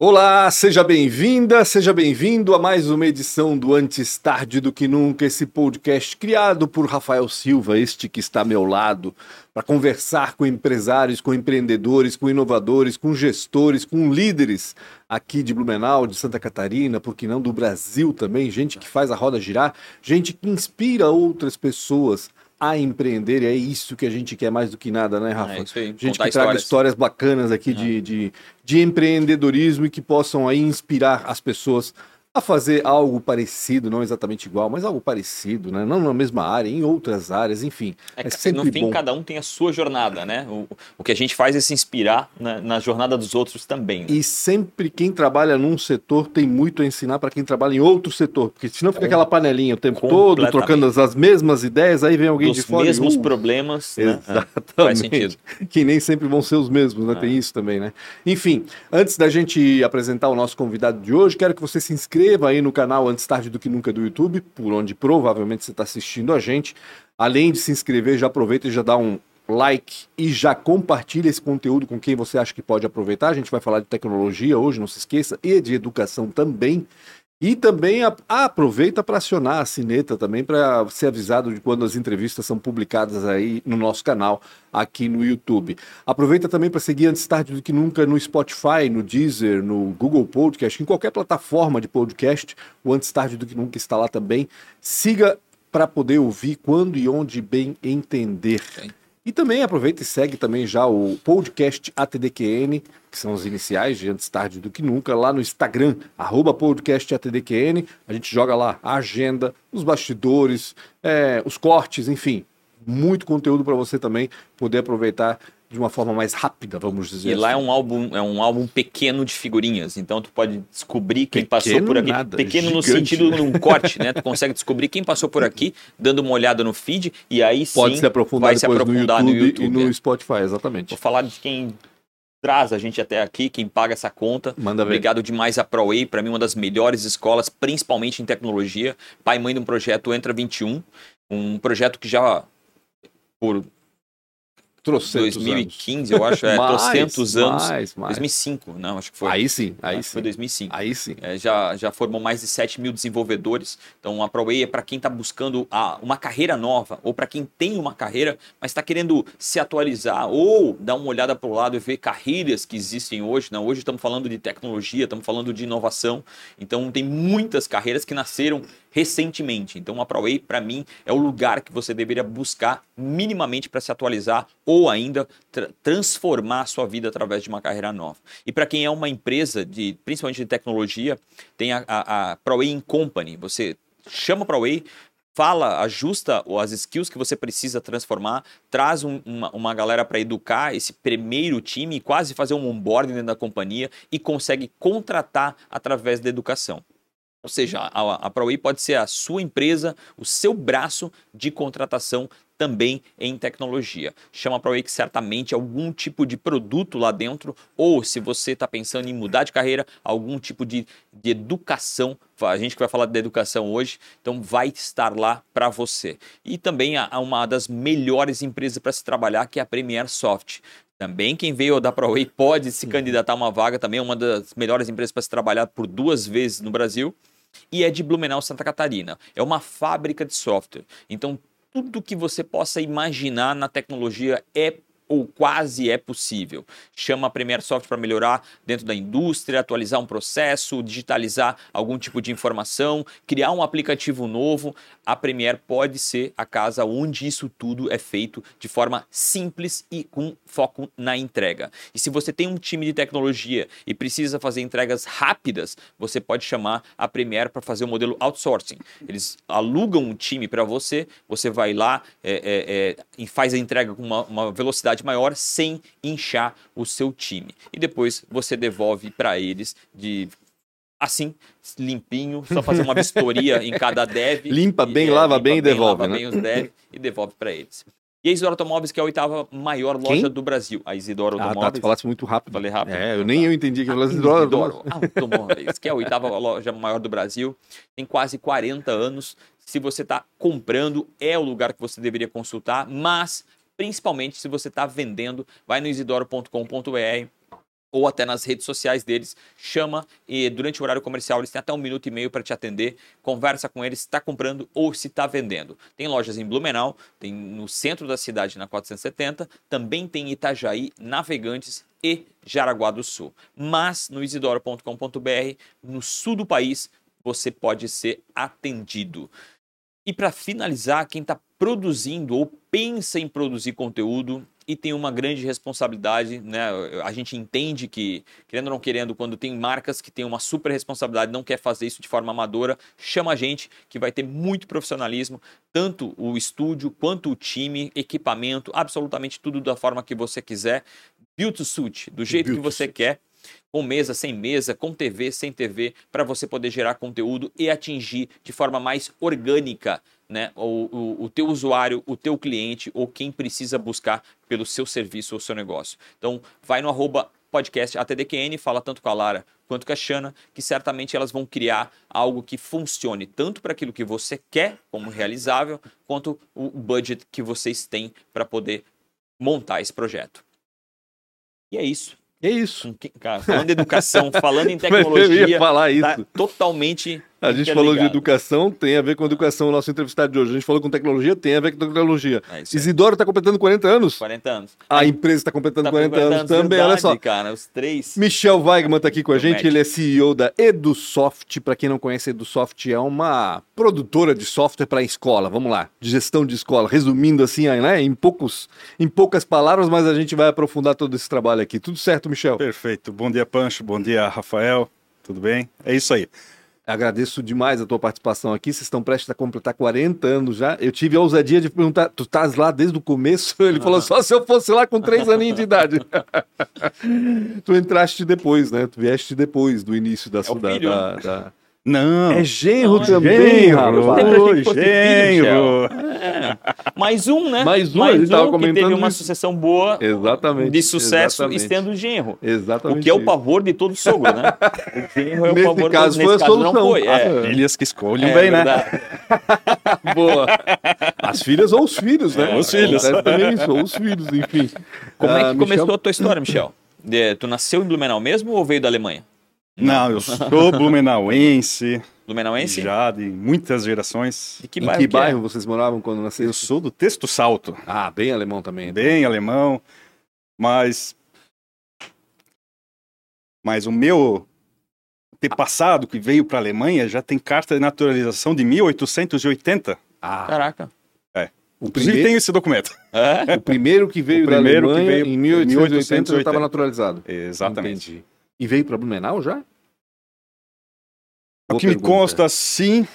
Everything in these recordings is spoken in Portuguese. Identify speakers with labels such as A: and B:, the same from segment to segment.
A: Olá, seja bem-vinda, seja bem-vindo a mais uma edição do Antes Tarde do Que Nunca, esse podcast criado por Rafael Silva, este que está ao meu lado, para conversar com empresários, com empreendedores, com inovadores, com gestores, com líderes aqui de Blumenau, de Santa Catarina, por que não do Brasil também, gente que faz a roda girar, gente que inspira outras pessoas a empreender, e é isso que a gente quer mais do que nada, né, Rafa?
B: É isso aí,
A: gente
B: contar
A: que traga
B: histórias.
A: histórias bacanas aqui
B: É.
A: de, de, de empreendedorismo e que possam aí inspirar as pessoas a fazer algo parecido, não exatamente igual, mas algo parecido, né? Não na mesma área, em outras áreas, enfim. É,
B: É que
A: sempre
B: no fim,
A: bom.
B: cada um tem a sua jornada, né? O, o que a gente faz é se inspirar na, na jornada dos outros também. né?
A: E sempre quem trabalha num setor tem muito a ensinar para quem trabalha em outro setor, porque senão fica aquela panelinha o tempo todo,
B: Completamente.
A: trocando as, as mesmas ideias, aí vem alguém
B: Dos
A: de fora
B: mesmos
A: e uh,
B: problemas, né? É,
A: Exatamente.
B: Faz sentido.
A: Que nem sempre vão ser os mesmos, né?
B: É.
A: Tem isso também, né? Enfim, antes da gente apresentar o nosso convidado de hoje, quero que você se inscreva aí no canal Antes Tarde do Que Nunca do YouTube, por onde provavelmente você está assistindo a gente. Além de se inscrever, já aproveita e já dá um like e já compartilha esse conteúdo com quem você acha que pode aproveitar. A gente vai falar de tecnologia hoje, não se esqueça, e de educação também. E também a- ah, aproveita para acionar a sineta também para ser avisado de quando as entrevistas são publicadas aí no nosso canal aqui no YouTube. Aproveita também para seguir antes tarde do que nunca no Spotify, no Deezer, no Google Podcast, em qualquer plataforma de podcast, o antes tarde do que nunca está lá também. Siga para poder ouvir quando e onde bem entender.
B: Sim.
A: E também aproveita e segue também já o podcast ATDQN, que são os iniciais de Antes Tarde do Que Nunca, lá no Instagram, arroba podcast ATDQN. A gente joga lá a agenda, os bastidores, eh, os cortes, enfim. Muito conteúdo para você também poder aproveitar de uma forma mais rápida, vamos dizer assim.
B: E lá é um álbum, é um álbum pequeno de figurinhas, então tu pode descobrir quem passou
A: Pequeno
B: por aqui.
A: nada,
B: pequeno no
A: gigante,
B: sentido
A: né?
B: de um corte, né? Tu consegue descobrir quem passou por aqui, dando uma olhada no feed, e aí sim
A: Pode se aprofundar
B: vai se
A: depois
B: aprofundar
A: no,
B: no
A: YouTube e
B: YouTube,
A: no
B: é.
A: Spotify, exatamente.
B: Vou falar de quem traz a gente até aqui, quem paga essa conta.
A: Manda ver.
B: Obrigado demais à ProWay, para mim uma das melhores escolas, principalmente em tecnologia. Pai e mãe de um projeto Entra 21, um projeto que já por
A: Trocentos anos.
B: 2015, eu acho, é,
A: Mais,
B: 300 anos,
A: mais, mais.
B: 2005, não, acho que foi.
A: Aí sim, aí
B: acho que
A: sim.
B: foi 2005.
A: Aí sim.
B: É, já, já formou mais de 7 mil desenvolvedores. Então, a ProWay é para quem está buscando a- uma carreira nova, ou para quem tem uma carreira, mas está querendo se atualizar, ou dar uma olhada para o lado e ver carreiras que existem hoje. Não, hoje estamos falando de tecnologia, estamos falando de inovação. Então, tem muitas carreiras que nasceram recentemente. Então, a ProWay, para mim, é o lugar que você deveria buscar minimamente para se atualizar ou ainda tra- transformar a sua vida através de uma carreira nova. E para quem é uma empresa, de, principalmente de tecnologia, tem a, a, a ProWay in Company. Você chama a ProWay, fala, ajusta o- as skills que você precisa transformar, traz um- uma, uma galera para educar esse primeiro time, quase fazer um onboarding dentro da companhia e consegue contratar através da educação. Ou seja, a, a ProWay pode ser a sua empresa, o seu braço de contratação também em tecnologia. Chama a ProWay que certamente algum tipo de produto lá dentro, ou se você está pensando em mudar de carreira, algum tipo de, de educação, a gente que vai falar de educação hoje, então vai estar lá para você. E também a, a uma das melhores empresas para se trabalhar, que é a Premier Soft. Também quem veio da ProWay pode se candidatar a uma vaga, também é uma das melhores empresas para se trabalhar por duas vezes no Brasil. E é de Blumenau, Santa Catarina. É uma fábrica de software. Então, tudo que você possa imaginar na tecnologia é ou quase é possível. Chama a Premier Software para melhorar dentro da indústria, atualizar um processo, digitalizar algum tipo de informação, criar um aplicativo novo. A Premier pode ser a casa onde isso tudo é feito de forma simples e com foco na entrega. E se você tem um time de tecnologia e precisa fazer entregas rápidas, você pode chamar a Premier para fazer o modelo outsourcing. Eles alugam um time para você, você vai lá é, é, é, e faz a entrega com uma, uma velocidade maior sem inchar o seu time. E depois você devolve para eles de assim, limpinho, só fazer uma vistoria em cada dev.
A: Limpa
B: E,
A: bem,
B: é,
A: lava
B: limpa
A: bem e devolve,
B: lava
A: né?
B: bem os dev e devolve para eles. E a Isidoro Automóveis, que é a oitava maior loja do Brasil. A Isidoro
A: Ah, tá, tu
B: Automóveis.
A: falasse muito rápido.
B: Falei rápido.
A: É, eu nem eu entendi que falasse
B: Isidoro
A: droga.
B: Automóveis, que é a oitava loja maior do Brasil, tem quase 40 anos. Se você está comprando, é o lugar que você deveria tá consultar, mas principalmente se você está vendendo, vai no isidoro.com.br, ou até nas redes sociais deles. Chama e durante o horário comercial eles têm até um minuto e meio para te atender. Conversa com eles se está comprando ou se está vendendo. Tem lojas em Blumenau, tem no centro da cidade na 470, também tem Itajaí, Navegantes e Jaraguá do Sul. Mas no isidoro.com.br, no sul do país, você pode ser atendido. E para finalizar, quem está produzindo ou pensa em produzir conteúdo e tem uma grande responsabilidade, né? A gente entende que, querendo ou não querendo, quando tem marcas que têm uma super responsabilidade, não quer fazer isso de forma amadora, chama a gente que vai ter muito profissionalismo, tanto o estúdio quanto o time, equipamento, absolutamente tudo da forma que você quiser. Build to suit, do jeito
A: Built
B: que
A: to
B: você
A: suit.
B: quer, com mesa, sem mesa, com TV, sem TV, para você poder gerar conteúdo e atingir de forma mais orgânica né, o, o, o teu usuário, o teu cliente ou quem precisa buscar pelo seu serviço ou seu negócio. Então, vai no arroba podcast ATDQN, fala tanto com a Lara quanto com a Xana, que certamente elas vão criar algo que funcione tanto para aquilo que você quer como realizável, quanto o budget que vocês têm para poder montar esse projeto. E é isso.
A: É isso.
B: Com quem- cara, falando em educação, falando
A: Eu ia
B: em tecnologia,
A: falar isso.
B: tá totalmente
A: A gente falou de
B: interligado.
A: educação, tem a ver com educação, o nosso entrevistado de hoje. A gente falou com tecnologia, tem a ver com tecnologia.
B: É isso aí.
A: Isidoro está completando 40 anos.
B: 40 anos.
A: A empresa está completando
B: Tá
A: 40, anos
B: anos,
A: também, olha
B: verdade,
A: só.
B: cara, os três.
A: Michel Weigman está aqui com a gente,
B: Promete.
A: ele é CEO da EduSoft. Para quem não conhece, a EduSoft é uma produtora de software para escola, vamos lá, de gestão de escola. Resumindo assim, né, em, poucos, em poucas palavras, mas a gente vai aprofundar todo esse trabalho aqui. Tudo certo, Michel?
C: Perfeito. Bom dia, Pancho. Bom dia, Rafael. Tudo bem? É isso aí.
A: Agradeço demais a tua participação aqui. Vocês estão prestes a completar 40 anos já. Eu tive a ousadia de perguntar: tu estás lá desde o começo? Ele falou: só se eu fosse lá com 3 aninhos de idade. tu entraste depois, né? Tu vieste depois do início da.
B: É o
A: da-
B: filho,
A: da- da-
C: Não.
A: É genro
B: Não, é
A: também,
C: Genro,
B: Tem
A: rapaz.
B: pra gente que fosse filho,
C: genro.
B: Mais um, né?
A: Mais um, a gente tava
B: que teve
A: comentando
B: uma
A: isso.
B: sucessão boa
A: Exatamente.
B: de sucesso
A: exatamente.
B: e sendo genro.
A: Exatamente.
B: O que é o
A: isso.
B: pavor de todo sogro, né? O genro é o
A: Nesse
B: pavor
A: caso
B: do...
A: foi a
B: não
A: solução. Ah,
B: foi. É,
C: Filhas que escolhem
B: é
C: bem, né?
B: verdade.
A: Boa. É. As filhas ou os filhos, né?
B: É, os filhos.
A: Acontece também isso, ou os filhos, enfim.
B: Como é
A: Ah,
B: que
A: Michel,
B: começou a tua história, Michel? É, tu nasceu em Blumenau mesmo ou veio da Alemanha?
C: Não, eu sou blumenauense,
B: Blumenauense?
C: já de muitas gerações.
B: De que
A: Em
B: bairro?
A: que
B: é?
A: bairro vocês moravam quando nasceram?
C: Eu sou do texto salto,
A: Ah, bem alemão também.
C: bem alemão, mas mas o meu antepassado que veio para a Alemanha já tem carta de naturalização de 1880.
A: Ah,
B: Caraca.
A: o
C: Inclusive
A: primeiro,
C: tem esse documento.
B: É?
A: o primeiro que veio
C: O primeiro
A: da
C: que
A: Alemanha
C: veio
A: em
C: em
A: 1880 já estava
C: 1880.
A: naturalizado.
C: Exatamente.
A: Entendi. E veio para Blumenau já?
C: O
A: Boa
C: que me
A: pergunta.
C: consta, sim.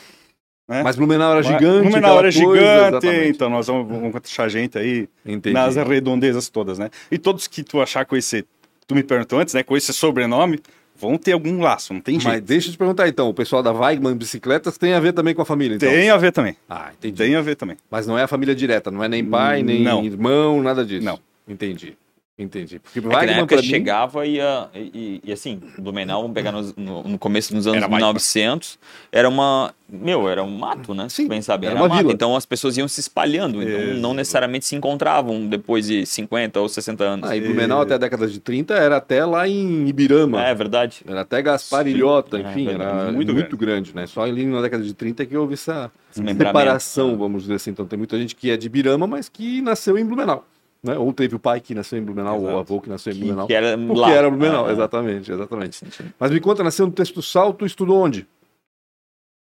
C: né?
A: Mas Blumenau era gigante.
C: Blumenau
A: aquela
C: era
A: coisa,
C: é gigante,
A: exatamente.
C: então nós vamos, vamos achar gente aí
A: Entendi.
C: nas redondezas todas, né? E todos que tu achar com esse, tu me perguntou antes, né? Com esse sobrenome, vão ter algum laço, não tem
A: Mas
C: jeito.
A: deixa eu te perguntar então, o pessoal da Weigman Bicicletas tem a ver também com a família, então?
C: Tem a ver também,
A: Ah, entendi.
C: tem a ver também.
A: Mas não é a família direta, não é nem pai,
B: Hum,
A: nem
C: Não.
A: irmão, nada disso.
C: Não.
A: Entendi. Entendi. Porque
B: É que na
A: Weigman
B: época
A: pra mim...
B: chegava e, ia- e, e, assim, Blumenau, vamos pegar nos- no, no começo dos anos
C: Era mais-
B: 1900, era uma, meu, era um mato, né?
A: Sim,
B: Se bem sabe,
A: era
B: era,
A: uma
B: mato,
A: vila.
B: então as pessoas iam se espalhando, então não
C: Exato.
B: necessariamente se encontravam depois de 50 ou 60 anos.
A: Ah, e Blumenau até a década de 30 era até lá em Ibirama.
B: é, é verdade.
A: Era até Gaspar Ilhota,
B: Sim,
A: enfim,
B: é
A: era
C: verdade.
A: muito,
C: Muito
A: grande. né? Só ali na década de 30 que houve essa
B: Desmembramento. né?
A: separação, vamos dizer assim. Então tem muita gente que é de Ibirama, mas que nasceu em Blumenau. Né? Ou teve o pai que nasceu em Blumenau, ou o
C: Exato.
A: avô que nasceu em
B: Que,
A: Blumenau.
B: que era
A: Porque
B: lá.
A: era Blumenau,
B: Ah,
A: exatamente, exatamente.
B: faz sentido.
A: Mas me conta, nasceu no texto salto, estudou onde?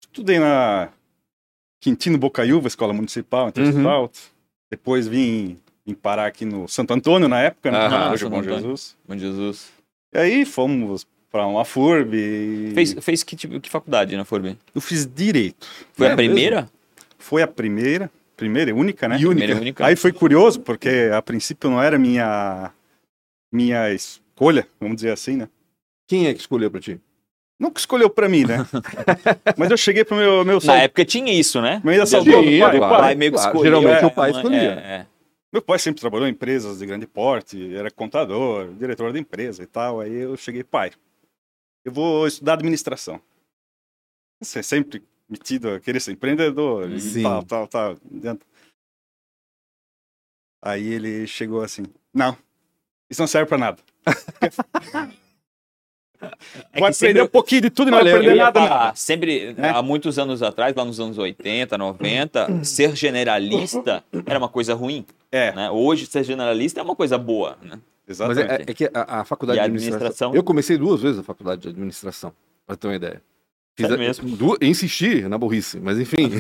C: Estudei na Quintino Bocaiúva, escola municipal, em Texto
A: Uhum.
C: Alto. Depois vim, vim parar aqui no Santo Antônio na época, né?
A: Aham,
C: Hoje é
B: Santo
C: Bom
B: Antônio.
C: Jesus.
B: Bom Jesus.
C: E aí fomos para uma FURB. e-
B: Fez, fez que, tipo- que faculdade na FURB?
C: Eu fiz direito.
B: Foi
A: É
B: a primeira?
C: Foi a primeira, primeira e única, né?
A: E única.
B: Primeira e única.
C: Aí foi curioso, porque a princípio não era minha minha escolha, vamos dizer assim, né?
A: Quem é que escolheu pra ti?
C: Não que escolheu pra mim, né? Mas eu cheguei pro meu meu,
B: Na
C: sau-
B: época tinha isso, né?
C: Meio
B: De-
C: assaltou
A: Sim,
C: do pai,
A: claro.
C: pai.
B: pai meio que
A: Claro,
B: escolhia.
A: geralmente
B: é,
A: o pai
B: mãe,
A: escolhia.
B: é, é.
C: Meu pai sempre trabalhou em empresas de grande porte, era contador, diretor de empresa e tal. Aí eu cheguei, pai, eu vou estudar administração. Você é sempre metido a querer ser empreendedor e
A: Sim.
C: tal, tal, tal. não adianta. Aí ele chegou assim, não, isso não serve pra nada.
B: É
C: vai
B: que sempre
C: aprender um pouquinho de tudo e não vai
A: Olha, eu
C: aprender
B: eu ia
C: nada. não.
B: falar, sempre,
C: Né?
B: há muitos anos atrás, lá nos anos 80, 90, ser generalista era uma coisa ruim.
C: É,
B: Né? Hoje, ser generalista é uma coisa boa. Né?
A: Mas é,
C: exatamente.
A: é que a, a faculdade
B: E a
A: de administração...
B: administração?
A: Eu comecei duas vezes a faculdade de administração, pra ter uma ideia.
B: Sério mesmo?
A: duas- insisti na burrice, mas enfim.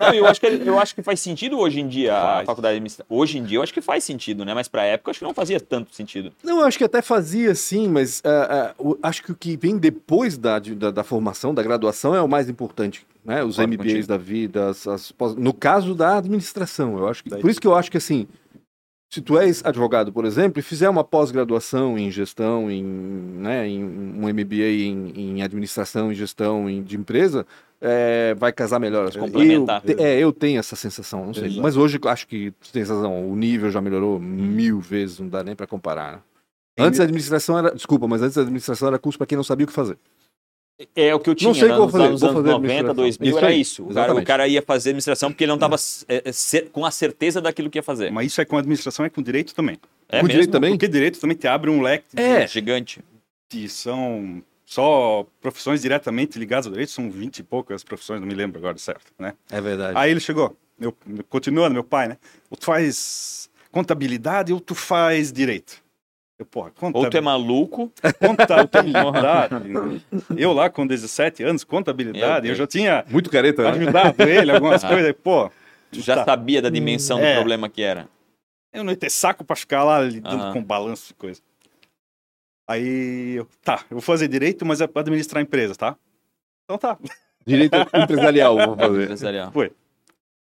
B: Não, eu, acho que, eu acho que faz sentido hoje em dia a
C: Faz.
B: faculdade de administração. Hoje em dia eu acho que faz sentido, né? Mas pra época eu acho que não fazia tanto sentido.
A: Não, eu acho que até fazia sim, mas ah, ah, o- acho que o que vem depois da, de- da, da formação, da graduação, é o mais importante. Né? Os
B: Concordo
A: MBAs
B: contigo.
A: da vida, as, as pós- no caso da administração, eu acho que.
C: Daí-
A: Por isso que eu acho que assim, se tu és advogado, por exemplo, e fizer uma pós-graduação em gestão, em, né, em um MBA em, em administração, em gestão em- de empresa, é, vai casar melhor as coisas. Eu,
B: Complementar.
A: te- é, eu tenho essa sensação, não sei.
C: Exato.
A: Mas hoje eu acho que tu tens razão, o nível já melhorou mil vezes, não dá nem para comparar. né?
C: Tem
A: Antes a administração era. Desculpa, mas antes a administração era curso para quem não sabia o que fazer.
B: É o que eu tinha
A: sei
B: né?
A: como
B: nos,
A: fazer,
B: nos
A: vou
B: anos
A: fazer
B: 90,
A: administração.
B: 2000,
A: Isso
B: era
A: aí,
B: isso. Hum. O cara, o
A: exatamente.
B: cara ia fazer administração porque ele não estava é, com a certeza daquilo que ia fazer.
C: Mas isso é com administração, é com direito também.
B: É
A: Com
B: mesmo?
A: direito também?
C: Porque direito também te abre um leque de
A: É.
B: Gigante.
C: que são só profissões diretamente ligadas ao direito, são 20 e poucas profissões, não me lembro agora certo, né?
A: É verdade.
C: Aí ele chegou, meu, continuando, meu pai, né? Ou tu faz contabilidade ou tu faz direito? Eu, porra,
B: Ou tu é
C: contabilidade,
B: maluco,
C: contabilidade. eu lá com 17 anos, contabilidade,
B: Meu
C: eu já tinha
A: Muito
C: Tá.
A: careta, né?
C: ajudado ele algumas
B: Ah.
C: coisas, aí, pô...
B: tu já
C: tá,
B: sabia da dimensão do
C: É.
B: problema que era.
C: Eu não ia ter É saco pra ficar lá lidando
B: Aham.
C: com balanço e coisa. Aí, eu, tá, eu vou fazer direito, mas é pra administrar a empresa, tá? Então tá.
A: Direito é empresarial, vou
B: É.
A: fazer.
B: Empresarial.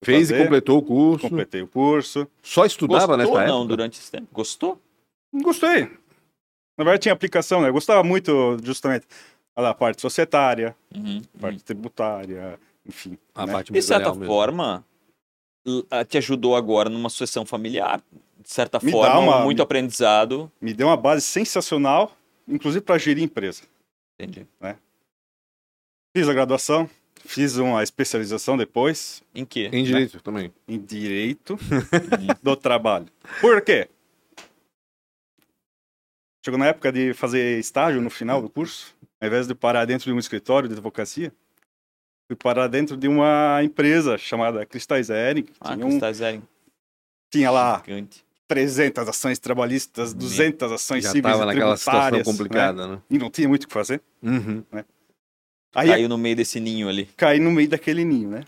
A: Fez e
C: Fazer.
A: completou o curso.
C: Completei o curso.
A: Só estudava
B: Gostou
A: nessa
B: não
A: época.
B: durante esse tempo? Gostou?
C: Não Gostei. Na verdade, tinha aplicação, né? Eu gostava muito, justamente, da parte societária,
B: Uhum.
C: parte tributária, enfim.
A: A
C: né?
A: parte
B: De certa
A: empresarial mesmo.
B: forma, l- ah, te ajudou agora numa sucessão familiar. De certa
C: Me dá
B: forma,
C: uma-
B: muito aprendizado.
C: Me deu uma base sensacional, inclusive para gerir empresa.
B: Entendi.
C: Fiz a graduação, fiz uma especialização depois
B: Em quê?
A: Em direito também.
C: em direito do trabalho. Por quê? Chegou na época de fazer estágio no final do curso, ao invés de parar dentro de um escritório de advocacia, fui parar dentro de uma empresa chamada Cristais Ering, que
B: Ah,
C: tinha,
B: que
C: um-
B: está zero.
C: tinha lá
B: Gigante.
C: 300 ações trabalhistas, 200 ações
A: Já
C: cíveis
A: tava
C: e
A: naquela situação
C: tributárias,
A: complicada, né?
C: né? E não tinha muito o que fazer.
A: Uhum.
C: Aí
B: Caiu no meio desse ninho ali.
C: caí no meio daquele ninho, né?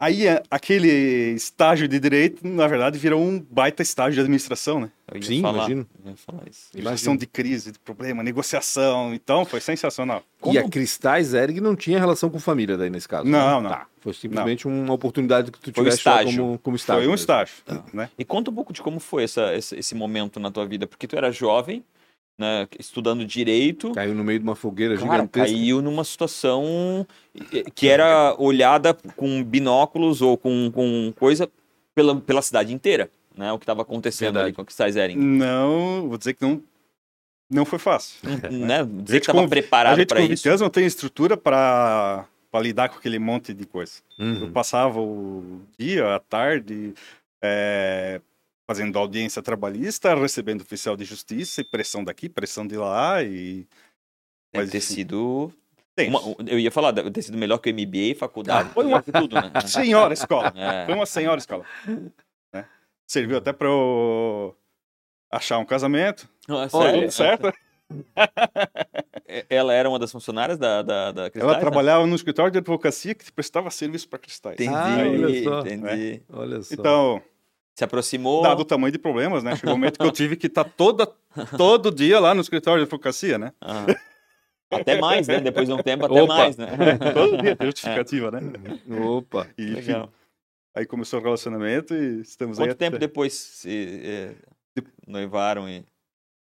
C: Aí a- aquele estágio de direito, na verdade, virou um baita estágio de administração, né?
B: Eu ia
A: Sim,
B: falar,
A: imagino.
B: eu ia falar isso.
C: Gestão de crise, de problema, negociação, então foi sensacional.
A: E
B: um
A: a Cristais Erg não tinha relação com família daí nesse caso.
C: Não,
A: né?
C: não.
A: Tá. Foi simplesmente uma oportunidade que tu
B: Foi um
A: tivesse lá
B: estágio.
A: como, como estágio.
C: Foi um
A: mesmo.
C: estágio, né?
B: E conta um pouco de como foi essa- esse, esse momento na tua vida, porque tu era jovem, né, estudando direito,
A: Caiu no meio de uma fogueira
B: Cara,
A: gigantesca.
B: caiu numa situação eh, que era olhada com binóculos ou com, com coisa pela, pela cidade inteira, né? O que estava acontecendo
A: Verdade.
B: ali com a Cristais Eren.
C: Não, vou dizer que não não foi fácil.
B: né? Dizer que
C: gente
B: estava
C: conv- a
B: preparado
C: gente
B: para
C: com
B: isso.
C: 20 anos não tem estrutura para lidar com aquele monte de coisa. Eu
A: Uhum.
C: passava o dia, a tarde, eh, fazendo audiência trabalhista, recebendo oficial de justiça e pressão daqui, pressão de lá e...
B: Deve né? ter
C: isso-
B: sido.
C: Tem.
B: uma- um- eu ia falar, deve ter sido melhor que o MBA, faculdade, foi uma tudo, né?
C: Senhora escola.
B: É.
C: Foi uma senhora escola. né? Serviu até para eu achar um casamento.
B: Não, é sério.
C: Olha, certo? né?
B: É- Ela era uma das funcionárias da, da, da Cristais? né?
C: Ela trabalhava no escritório de advocacia que prestava serviço para cristais.
B: Entendi,
A: Ah, olha só.
B: entendi.
A: Olha só.
C: Então,
B: Se aproximou.
C: dado o tamanho de problemas, né? Chegou um momento que eu tive que estar toda, todo dia lá no escritório de advocacia, né?
B: Ah. Até mais, né? Depois de um tempo, até
A: Opa.
B: mais, né?
C: Todo dia tem justificativa, né?
A: Opa.
C: E, enfim,
B: É. Legal.
C: aí começou o relacionamento e estamos aí é
B: Quanto
C: até-
B: tempo depois se é, noivaram e.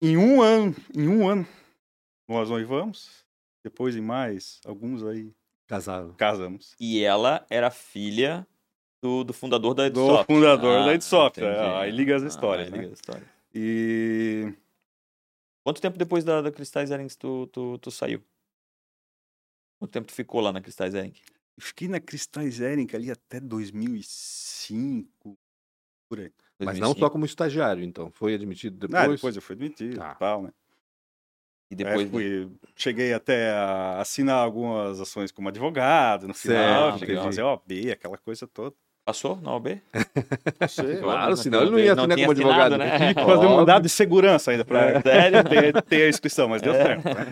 C: Em um ano, em um ano, nós noivamos. Depois, em mais, alguns aí
A: Casaram.
C: casamos.
B: E ela era filha do, do fundador da
C: Do
B: Edsoft.
C: fundador
B: Ah,
C: da Edsoft.
B: entendi.
C: é, Aí liga as histórias,
B: aí
C: né?
B: liga as histórias.
C: E
B: Quanto tempo depois da, da Cristais Ering tu, tu, tu saiu? Quanto tempo tu ficou lá na Cristais Ering?
C: fiquei na Cristais Érica ali até 2005. Por aí.
A: Mas não só como estagiário, então. Foi admitido depois.
C: Ah, depois eu fui admitido
A: Tá.
C: e tal, né?
B: E
C: Aí
B: depois.
C: É, fui, cheguei até a assinar algumas ações como advogado no final,
A: Certo,
C: cheguei a
A: entendi.
C: fazer OAB, aquela coisa toda.
B: Passou na OB?
A: Claro, senão ele não ia assinar
B: tinha
A: como advogado.
B: assinado,
A: Tive que
B: né?
C: Fazer um
A: Óbvio. É.
C: mandado de segurança ainda para
B: Sério?
C: ter, ter a inscrição, mas deu certo. Né?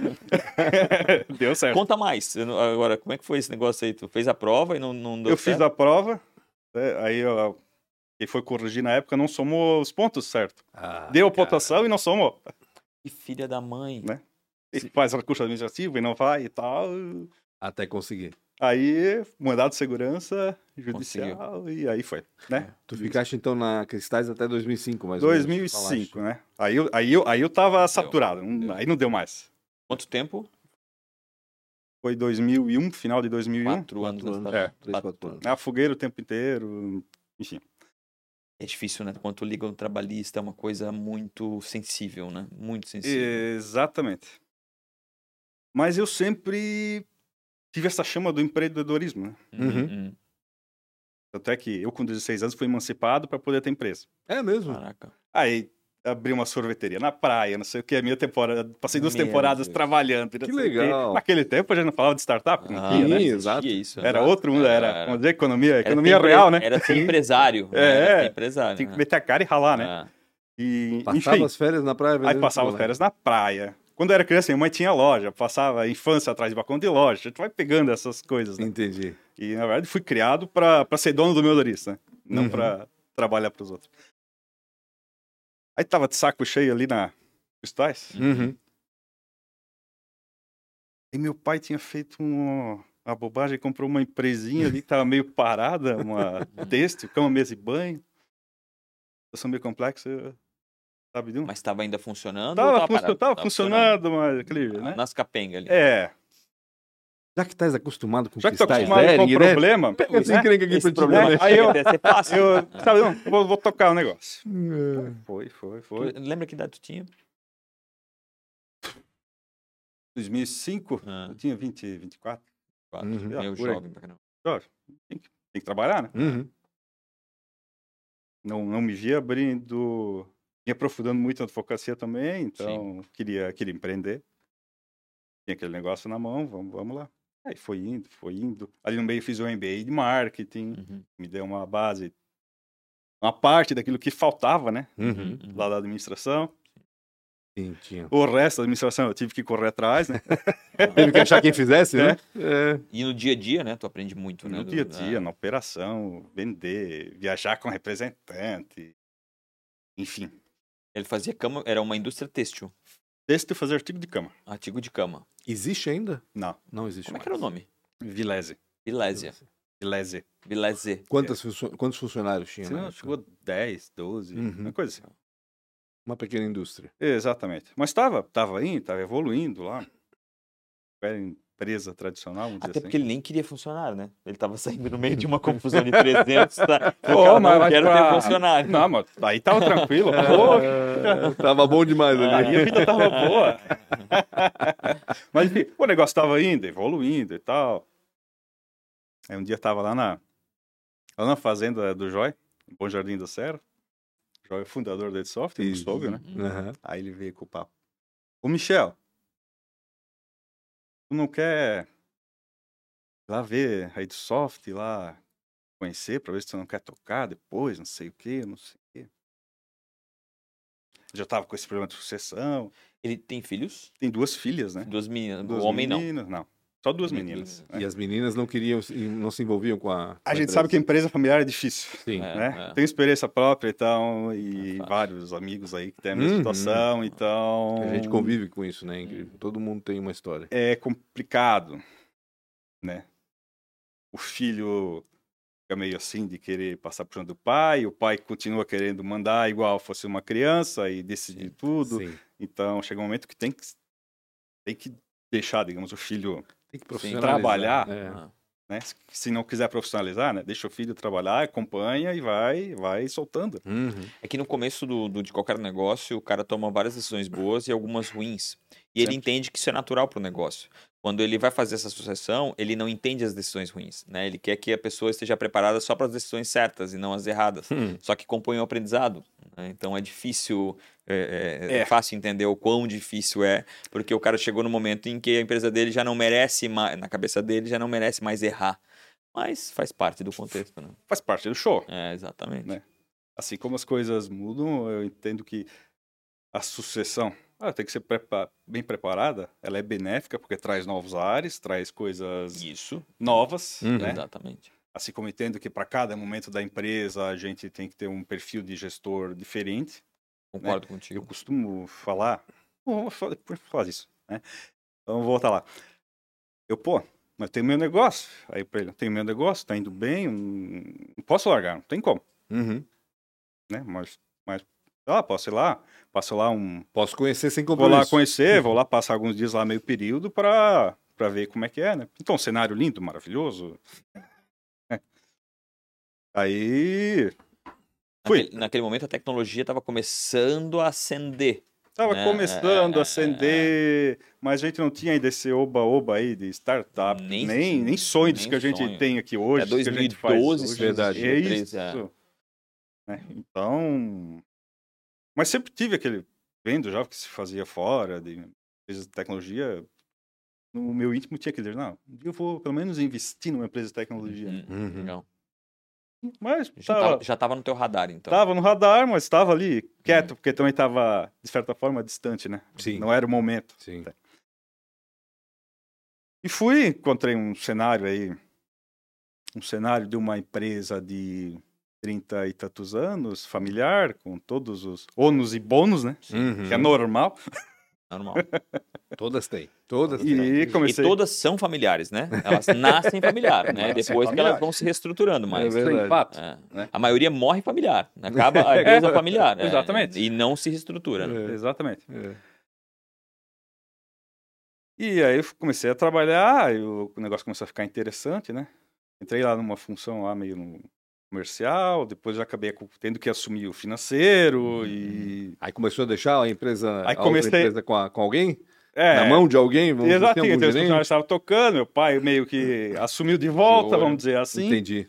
C: deu certo.
B: Conta mais. Eu não- Agora, como é que foi esse negócio aí? Tu fez a prova e não, não deu
C: Eu
B: certo?
C: fiz a prova, né, aí eu, quem foi corrigir na época não somou os pontos certo.
A: Ah,
C: Deu
A: cara.
C: pontuação e não somou.
B: Que filha da mãe.
C: Né? E faz recurso administrativo e não vai e tal.
A: Até conseguir.
C: Aí, mandado de segurança, judicial, e aí foi, né?
A: Tu ficaste então na Cristais até 2005, mais ou menos,
C: 2005,
A: falaste.
C: né? Aí eu, aí eu, aí eu tava saturado, não- aí não deu mais.
B: Quanto tempo?
C: Foi 2001, final de 2001.
B: Quatro anos.
A: Quatro anos.
B: né?
C: É.
A: Três, quatro anos.
C: Na fogueira o tempo inteiro,
B: É difícil, né? Quando tu liga no trabalhista, é uma coisa muito sensível, né? Muito
C: É.
B: sensível.
C: Exatamente. Mas eu sempre tive essa chama do empreendedorismo, né?
A: Uhum.
B: uhum.
C: Tanto é que eu, com 16 anos, fui emancipado para poder ter empresa.
A: É mesmo?
C: Ah,
B: Caraca.
C: Aí abri uma sorveteria na praia, não sei o que, a minha temporada. Passei duas
B: Meu
C: temporadas
B: Deus.
C: trabalhando. e não
A: Que
C: sei o quê.
A: legal.
C: Naquele tempo a gente não falava de startup, não
B: Ah,
C: tinha, né?
A: Sim,
B: não
A: exato.
B: existia Ah, isso.
C: Era
B: exato.
C: outro mundo, era,
B: Era-
C: vamos dizer, economia,
B: Era
C: economia
B: ser
C: real,
B: empre-
C: né?
B: Era ser empresário. né?
C: É,
B: Era
C: é.
B: ser empresário.
C: Tinha que
B: né?
C: meter a cara e ralar, né?
B: Ah,
C: E,
A: Passava
C: enfim,
A: as férias na praia.
C: aí
A: vendendo
C: passava as
A: chocolate.
C: férias na praia. Quando eu era criança, minha mãe tinha loja, passava a infância atrás de balcão de loja, a gente vai pegando essas coisas, né?
A: Entendi.
C: E, na verdade, fui criado para ser dono do meu nariz, né? Não
A: Uhum.
C: para trabalhar para os outros. Aí tava de saco cheio ali na Cristais.
A: Uhum.
C: E meu pai tinha feito um- uma bobagem, comprou uma empresinha ali que tava meio parada, uma têxtil, cama, mesa e banho. Eu sou meio complexo, eu- sabe de um?
B: Mas estava ainda funcionando? ou
C: Tava, funcio-
B: parado?
C: tava funcionando, mas aquele,
B: Ah,
C: né?
B: Nas capengas ali.
C: É,
A: Já que estás acostumado com
C: já que tô
A: cristais
C: acostumado com
A: Behring,
C: o
A: né?
C: problema,
A: Pega essa
C: né?
A: encrenca aqui
B: Esse
A: pra
B: problema
A: problema.
C: Aí
B: chega
C: eu-
B: até a ser fácil.
C: eu, sabe, não, vou, vou tocar o negócio.
A: É.
C: Foi, foi,
B: Tu
C: foi.
B: Lembra que idade tu tinha?
C: 2005, eu tinha 20, 24.
B: Ah, Quatro.
A: Uhum.
B: Eu
C: Ah, Por aí.
B: jovem pra caramba.
C: Tem que trabalhar, né?
A: Uhum.
C: Não, não me via abrindo, me aprofundando muito na advocacia também, então queria, queria empreender. Tinha aquele negócio na mão, vamos, vamos lá. Aí foi indo, foi indo. Ali no meio fiz um MBA de marketing,
B: Uhum.
C: me deu uma base, uma parte daquilo que faltava, né?
A: Uhum.
B: Uhum.
C: Lá da administração.
A: Sim, tinha.
C: O resto da administração eu tive que correr atrás, né?
A: Teve que achar quem fizesse, né? É.
B: E no dia a dia, né? Tu aprende muito, né?
C: No
B: do-
C: dia a
B: da-
C: dia, na operação, vender, viajar com representante. Enfim,
B: Ele fazia cama, era uma indústria têxtil,
C: desse de fazer artigo de cama.
B: artigo de cama.
A: Existe ainda?
C: Não,
A: Não existe.
B: Como é que
A: mais.
B: era o nome?
C: Vilese.
B: Vilésia.
C: Vilese.
B: Vileze.
A: Quantas funcio- Quantos funcionários tinha?
C: Se
A: na
C: não,
A: época?
B: né?
C: chegou 10, 12,
A: Uhum.
C: uma coisa assim.
A: Uma pequena indústria.
C: Exatamente. Mas estava tava indo, estava evoluindo lá. Era empresa tradicional, vamos
B: Até
C: dizer
B: porque
C: assim.
B: ele nem queria funcionário, né? Ele tava saindo no meio de uma confusão de 300, tá? Eu
C: Pô,
B: cara,
C: mas
B: não
C: vai
B: quero
C: pra-
B: ter funcionário.
C: Não, mas aí tava tranquilo. Pô,
A: É, Tava bom demais ali.
C: aí a vida tava boa. Mas enfim, o negócio estava indo, evoluindo e tal. Aí um dia tava lá na, lá na fazenda do Joy, em Bom Jardim da Serra. O Joy é fundador da Edsoft,
A: Sim.
C: do Sogro, né?
A: Aham.
C: Aí ele veio com o papo. Ô, Michel, tu não quer ir lá ver a Edsoft, ir lá conhecer, pra ver se tu não quer tocar depois, não sei o quê, não sei o quê. Já tava com esse problema de sucessão.
B: Ele tem filhos?
C: Tem duas filhas, né?
B: Duas meninas.
C: Duas
B: o homem não.
C: meninas, não. Só duas
B: Duas
C: meninas. né?
A: E as meninas não queriam, se- não se envolviam com a. com
C: A gente sabe que a
A: empresa.
C: empresa familiar é difícil.
A: Sim.
B: É.
C: né? Tenho experiência própria, então, e
B: É fácil.
C: vários amigos aí que têm a mesma
A: Uhum.
C: situação, então...
A: A gente convive com isso, né?
B: Hum.
A: Incrível. Todo mundo tem uma história.
C: é complicado, né? O filho fica meio assim de querer passar por cima do pai, o pai continua querendo mandar igual fosse uma criança e decidir tudo.
A: Sim.
C: Então chega um momento que tem que tem que deixar, digamos, o filho,
A: Tem que
B: profissionalizar.
C: Trabalhar.
A: É.
B: Ah.
C: né? Se- Se não quiser profissionalizar, né? Deixa o filho trabalhar, acompanha e vai, vai soltando.
A: Uhum.
B: É que no começo do, do- de qualquer negócio, o cara toma várias decisões boas e algumas ruins. E ele entende que isso é natural pro negócio. Quando ele vai fazer essa sucessão, ele não entende as decisões ruins, né? Ele quer que a pessoa esteja preparada só para as decisões certas e não as erradas.
A: Hum.
B: Só que compõe o aprendizado. né? Então é difícil, é, é-
C: É.
B: é fácil entender o quão difícil é, porque o cara chegou no momento em que a empresa dele já não merece mais, na cabeça dele já não merece mais errar. Mas faz parte do contexto, né?
C: Faz parte do show.
B: É, exatamente.
C: Né? Assim como as coisas mudam, eu entendo que a sucessão ela tem que ser prepa- bem preparada. Ela é benéfica porque traz novos ares, traz coisas
B: Isso,
C: novas,
A: Uhum.
C: né?
B: exatamente.
C: Assim como entendo que para cada momento da empresa a gente tem que ter um perfil de gestor diferente.
B: Concordo
C: Eu
B: contigo.
C: costumo falar. Bom, vou falar, depois vou falar disso, né? Então vou voltar lá. Eu, pô, mas tenho meu negócio. Aí pra ele, tenho meu negócio, tá indo bem, eu não não posso largar, não tem como,
A: Uhum.
C: né? Mas, mas ah, posso ir lá, passo lá um.
A: Posso conhecer sem
C: Vou
A: compromisso.
C: lá conhecer, vou lá passar alguns dias lá meio período pra, pra ver como é que é, né? Então, cenário lindo, maravilhoso. Aí. fui.
B: Naquele, naquele momento a tecnologia estava começando a acender.
C: Tava
B: né?
C: começando
B: É, é,
C: a acender, mas a gente não tinha ainda esse oba-oba aí de startup,
B: Nem-
C: nem, nem, sonhos
B: nem
C: que a gente
B: sonho.
C: tem aqui hoje.
B: é
C: que a gente
B: 2012,
C: faz
B: se
C: hoje.
B: não me
A: verdade.
B: engano,
C: É
B: 13,
C: isso.
B: é.
C: né? Então. Mas sempre tive aquele vendo já o que se fazia fora, de empresas de tecnologia. No meu íntimo tinha aquele, não, um dia eu vou pelo menos investir numa empresa de tecnologia.
B: Hum,
A: Uhum.
B: legal.
C: Mas
B: Já
C: tava,
B: Uhum. tava- já estava no teu radar, então.
C: tava no radar, mas tava ali quieto,
B: Uhum.
C: porque também tava, de certa forma, distante, né?
A: Sim.
C: Não era o momento.
A: Sim.
C: E fui, encontrei um cenário aí, um cenário de uma empresa de 30 e tantos anos, familiar, com todos os ônus e bônus, né?
A: Uhum.
C: Que é normal.
B: Normal.
A: Todas têm. Todas têm.
C: E
B: E
C: comecei.
B: todas são familiares, né? Elas nascem familiar, né?
C: Nascem
B: Depois que elas
C: familiares.
B: vão se reestruturando mais.
A: É verdade.
C: fato.
B: É.
C: né?
B: A maioria morre familiar. né? Acaba a empresa familiar. é,
C: Exatamente.
B: E não se reestrutura. né?
C: Exatamente.
A: É, é.
C: E aí eu comecei a trabalhar, e o o negócio começou a ficar interessante, né? Entrei lá numa função lá meio no comercial, depois já acabei co- tendo que assumir o financeiro e...
A: Aí começou a deixar a empresa,
C: Aí
A: a outra
C: comecei-
A: empresa com, a- com alguém?
C: É,
A: Na mão de alguém? Vamos dizer,
C: Exato,
A: tem algum
C: então os
A: gerente?
C: funcionários estavam tocando, meu pai meio que assumiu de volta,
A: olho.
C: vamos dizer assim.
A: Entendi.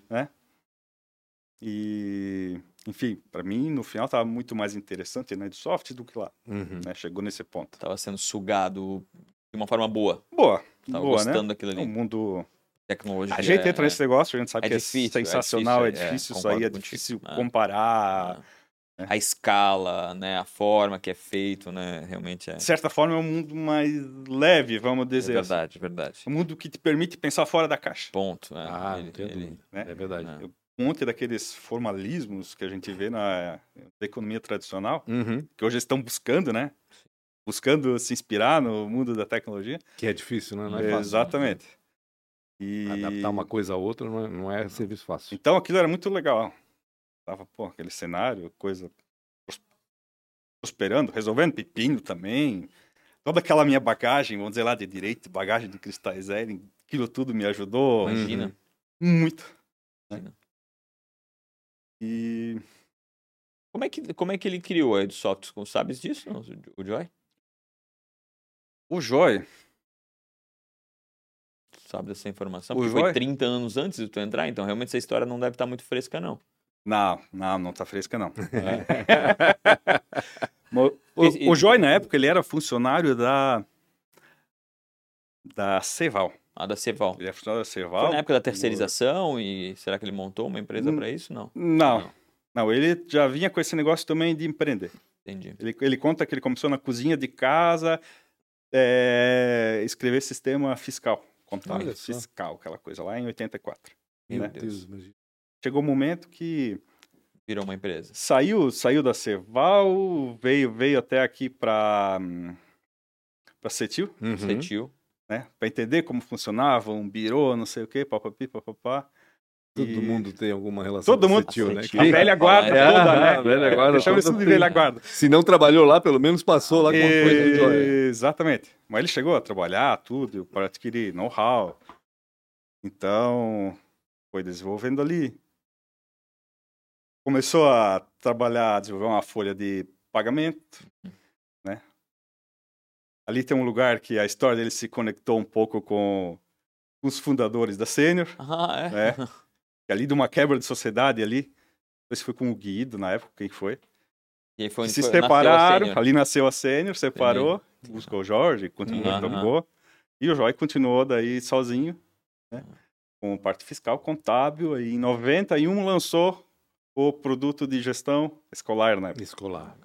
C: E, enfim, para mim, no final, estava muito mais interessante né, de soft do que lá,
A: Uhum.
C: né? Chegou nesse ponto.
B: Tava sendo sugado de uma forma boa.
C: Boa,
B: Tava
C: boa, né?
B: gostando daquilo
C: O
B: ali.
C: mundo...
B: Tecnologia.
C: A gente
B: é,
C: entra nesse negócio, a gente sabe
B: É
C: que
B: difícil, é
C: é sensacional, é
B: difícil, é,
C: difícil isso
B: concordo
C: aí, é
B: contigo,
C: difícil
B: né?
C: comparar.
B: é.
C: né?
B: A escala, né? A forma que é feito, né? Realmente é.
C: De certa forma, é um mundo mais leve, vamos
B: É
C: dizer assim.
B: verdade, verdade.
C: Um mundo que te permite pensar fora da caixa.
B: Ponto. né?
A: Ah,
B: Ele-
A: não tenho
B: ele-
A: dúvida.
C: né?
A: É verdade.
B: né?
C: Um monte daqueles formalismos que a gente vê na na economia tradicional,
A: Uhum.
C: que hoje estão buscando, né? Buscando se inspirar no mundo da tecnologia.
A: Que é difícil, né? Não é fácil.
C: Exatamente. E...
A: Adaptar uma coisa a outra não é, não é serviço fácil.
C: Então aquilo era muito legal. Tava, pô, aquele cenário, coisa pros- prosperando, resolvendo pepino também. Toda aquela minha bagagem, vamos dizer lá, de direito, bagagem de cristais Ellen, aquilo tudo me ajudou
B: Imagina.
A: Uhum.
C: muito. né?
B: Imagina.
C: E
B: Como é que, como é que ele criou a Edsoft? Sabes disso, o Joy?
C: o Joy,
B: Sabe dessa informação?
C: O
B: Porque foi
C: Joy?
B: 30 anos antes de tu entrar, então realmente essa história não deve estar muito fresca, não. né?
C: Não, não, não tá fresca, não.
B: Esse-
C: o, o Joy, na época, ele era funcionário da. Da Ceval.
B: A da Ceval.
C: Ele era funcionário da Ceval.
B: Foi na época da terceirização e será que ele montou uma empresa pra isso? Não,
C: Não. Não, ele já vinha com esse negócio também de empreender.
B: entendi.
C: Ele, ele conta que ele começou na cozinha de casa é, escrever sistema fiscal. Contábil
A: Olha só.
C: fiscal, aquela coisa lá em 84.
B: Meu
C: né?
B: Deus.
A: imagina.
C: Chegou o um momento que
B: Virou uma empresa.
C: saiu saiu da Ceval, veio veio até aqui para para Cetil,
A: Uhum.
B: Cetil.
C: né? Para entender como funcionava um birô, não sei o quê, papapi, papapá.
A: Todo
C: E-
A: mundo tem alguma relação
C: Todo
A: com
C: mundo-
A: Cetil, né?
B: Acetil.
C: A velha guarda
B: É,
C: toda, né?
A: a velha guarda
C: Deixamos
A: toda
C: isso de
A: tem.
C: velha guarda.
A: Se não trabalhou lá, pelo menos passou lá com uma coisa de joia.
C: Exatamente. Mas ele chegou a trabalhar tudo para adquirir know-how. Então, foi desenvolvendo ali. Começou a trabalhar, desenvolver uma folha de pagamento, né? Ali tem um lugar que a história dele se conectou um pouco com os fundadores da Sênior,
B: Ah, é.
C: né? E ali de uma quebra de sociedade ali. Não sei se foi com o Guido na época, quem que foi.
B: E aí foi onde
C: Que se
B: foi- nasceu a
C: separaram,
B: Sênior.
C: ali nasceu a Sênior, separou, buscou o Jorge, continuou
B: Aham.
C: uhum. E o Jorge continuou daí sozinho, né? Com parte fiscal, contábil. E em 91 lançou o produto de gestão escolar, né?
A: Escolar.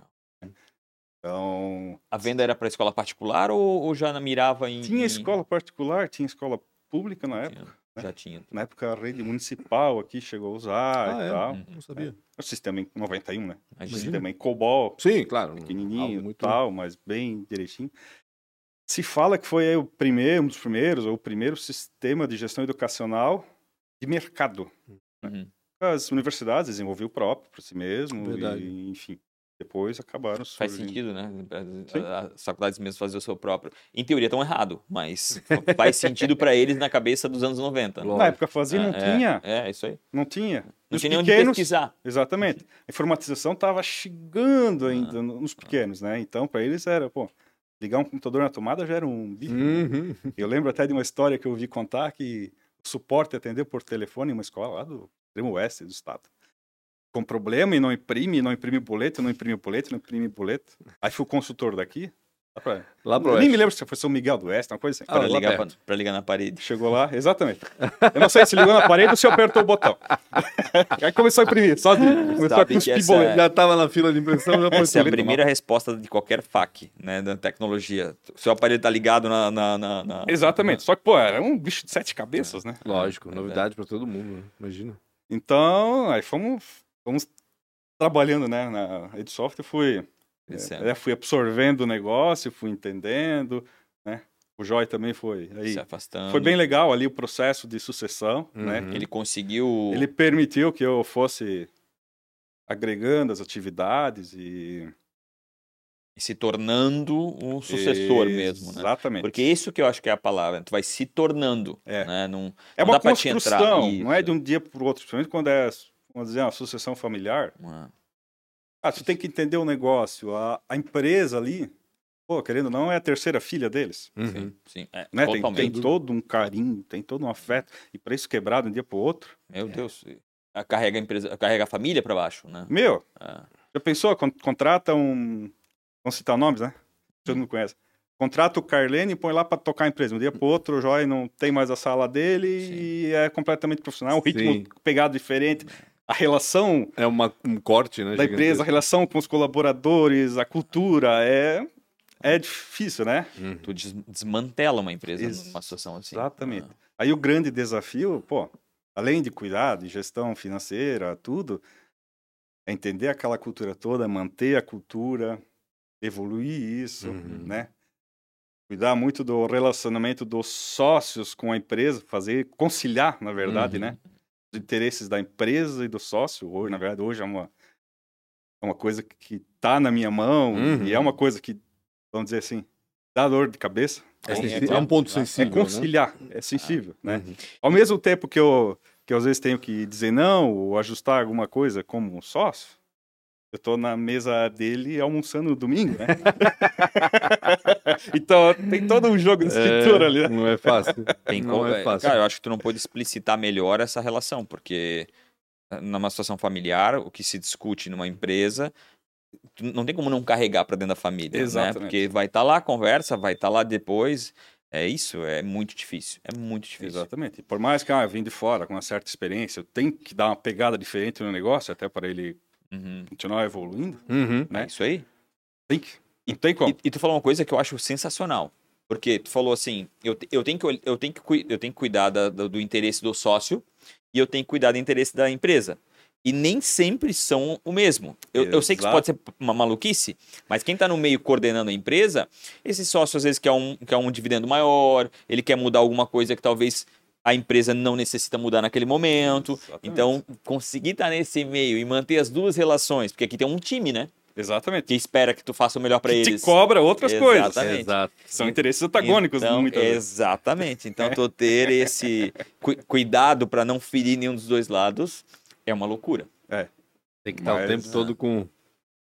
C: Então,
B: Ah, A venda era para escola particular ou, ou já mirava em.
C: tinha
B: em-
C: escola particular, tinha escola pública na época. né?
B: Tinha, Já tinha.
C: Na época a rede municipal aqui chegou a usar
A: Ah,
C: e
A: é?
C: tal.
A: Não sabia.
C: O sistema em 91, né? O
B: Imagina.
C: sistema em COBOL,
A: Sim, claro.
C: pequenininho tá.
A: Algo
C: e
A: muito-
C: tal, mas bem direitinho. Se fala que foi aí o primeiro, um dos primeiros, ou o primeiro sistema de gestão educacional de mercado. né?
B: Uhum.
C: As universidades desenvolviam o próprio para si mesmo,
A: Verdade.
C: e, enfim, depois acabaram
B: Faz
C: surgindo.
B: sentido, né? As- As as faculdades mesmo fazer o seu próprio. Em teoria estão errado, mas faz sentido para eles na cabeça dos anos 90.
A: Lógico.
C: Na época fazia, não
B: É,
C: tinha,
B: É, é isso aí.
C: não tinha.
B: Não
C: Nos
B: tinha nem onde
C: pequenos,
B: pesquisar.
C: Exatamente. A informatização estava chegando ainda
B: Ah.
C: no- nos pequenos, né? Então, para eles era, pô, ligar um computador na tomada já era um bicho.
A: Uhum.
C: Eu lembro até de uma história que eu ouvi contar que o suporte atendeu por telefone em uma escola lá do extremo oeste do estado. Com problema e não imprime, não imprime boleto, não imprime boleto, não imprime boleto. Aí fui o consultor daqui. lá pra-
A: Lá pro
C: Eu nem
A: oeste.
C: me lembro se foi São Miguel do Oeste, uma coisa assim.
A: Ah,
B: Para
A: lá
B: ligar,
A: perto.
B: pra- pra ligar na parede.
C: Chegou lá, exatamente. Eu não sei se ligou na parede ou se apertou o botão. Aí começou a imprimir, só de, começou a
B: Sabe que
C: cuspir
B: essa-
C: boleto.
A: Já tava na fila de impressão,
C: Tá
A: já foi
B: Essa é
C: então,
B: a
A: tudo.
B: primeira resposta de qualquer FAQ, né? Da tecnologia. Seu aparelho tá ligado na. na, na- na-
C: Exatamente, só que, pô, era um bicho de sete cabeças, né?
A: Lógico, novidade pra todo mundo, né? imagina.
C: Então, aí fomos, fomos trabalhando, né, na Edsoft, eu fui
B: Isso
C: É,
B: é-
C: eu fui absorvendo o negócio, fui entendendo, né? O Joy também foi. Aí,
B: Se afastando.
C: foi bem legal ali o processo de sucessão, né?
A: Uhum.
B: Ele conseguiu.
C: Ele permitiu que eu fosse agregando as atividades e
B: se tornando um sucessor mesmo, né?
C: Exatamente.
B: Porque isso que eu acho que é a palavra, tu vai se tornando,
C: É.
B: né? Num,
C: é
B: não
C: uma
B: dá pra te
C: construção,
B: entrar,
C: não é
B: isso.
C: de um dia para o outro, principalmente quando é, vamos dizer, uma sucessão familiar.
B: uma-
C: Ah, tu tem que entender o negócio, a, a empresa ali, pô, querendo ou não, é a terceira filha deles.
A: Uhum.
B: Sim, sim, é,
C: Né? Tem, tem
B: totalmente.
C: todo um carinho, tem todo um afeto, e para isso quebrado de um dia para o outro,
B: Meu Deus, a- carrega a empresa, carrega a família pra baixo, né?
C: meu,
B: Ah,
C: Já pensou? Con- Contrata um. Vamos citar nomes, né? Todo mundo conhece. Contrata o Carlene e põe lá pra tocar a empresa. Um dia pro outro, o Joy não tem mais a sala dele
B: Sim.
C: e é completamente profissional. O ritmo
A: Sim.
C: pegado diferente. A relação
A: É uma, um corte,
B: É
A: né?
C: da empresa, a relação com os colaboradores, a cultura. É, é difícil, né?
A: gigantesca.
B: tu des- desmantela uma empresa
C: Ex-
B: numa situação assim.
C: Exatamente. Aí o grande desafio, pô, além de cuidar de gestão financeira, tudo, é entender aquela cultura toda, manter a cultura, evoluir isso,
A: Uhum.
C: né? Cuidar muito do relacionamento dos sócios com a empresa, fazer conciliar, na verdade,
B: Uhum.
C: né? Os interesses da empresa e do sócio. Hoje, na verdade, hoje é uma é uma coisa que tá na minha mão
A: Uhum.
C: e é uma coisa que, vamos dizer assim, dá dor de cabeça
A: É,
B: É
A: sensível,
B: com-
A: é um ponto
B: é
C: é
A: sensível.
C: conciliar, é sensível,
A: né?
C: né?
A: Uhum.
C: Ao mesmo tempo que eu que às vezes tenho que dizer não ou ajustar alguma coisa como um sócio, eu tô na mesa dele almoçando no domingo, né? então tem todo um jogo de escritura ali,
A: É,
C: né?
A: não é fácil.
B: Tem
A: Não
B: como,
A: é
B: é,
A: fácil.
B: Cara, eu acho que tu não pôde explicitar melhor essa relação, porque eh, numa situação familiar, o que se discute numa empresa, tu não tem como não carregar para dentro da família,
C: Exatamente.
B: né? Porque vai estar lá a conversa, vai estar lá depois. É isso, é muito difícil. É muito difícil.
C: Exatamente. E Por mais que ah, eu vim de fora com uma certa experiência, eu tenho que dar uma pegada diferente no negócio até para ele
B: Uhum.
C: continuar evoluindo.
A: Uhum.
B: É
C: Né?
B: isso aí.
C: Tem que. Não tem como.
B: E, e tu falou uma coisa que eu acho sensacional. Porque tu falou assim, eu, te- eu, tenho, que, olh- eu, tenho, que, cui- eu tenho que cuidar da- do, do interesse do sócio e eu tenho que cuidar do interesse da empresa. E nem sempre são o mesmo. Eu, eu sei que isso
C: Exato.
B: pode ser uma maluquice, mas quem está no meio coordenando a empresa, esse sócio às vezes quer um, quer um dividendo maior, ele quer mudar alguma coisa que talvez a empresa não necessita mudar naquele momento.
C: Exatamente.
B: Então, conseguir estar nesse meio e manter as duas relações, porque aqui tem um time, né?
C: Exatamente.
B: Que espera que tu faça o melhor para
C: Que
B: eles.
C: te cobra outras coisas.
B: Exatamente.
A: Exato.
C: São interesses antagônicos
B: então,
C: muitas vezes. É.
B: Exatamente. Então, tu ter esse cu- cuidado para não ferir nenhum dos dois lados é uma loucura.
A: Tem que estar o
C: Mas-
A: tempo todo com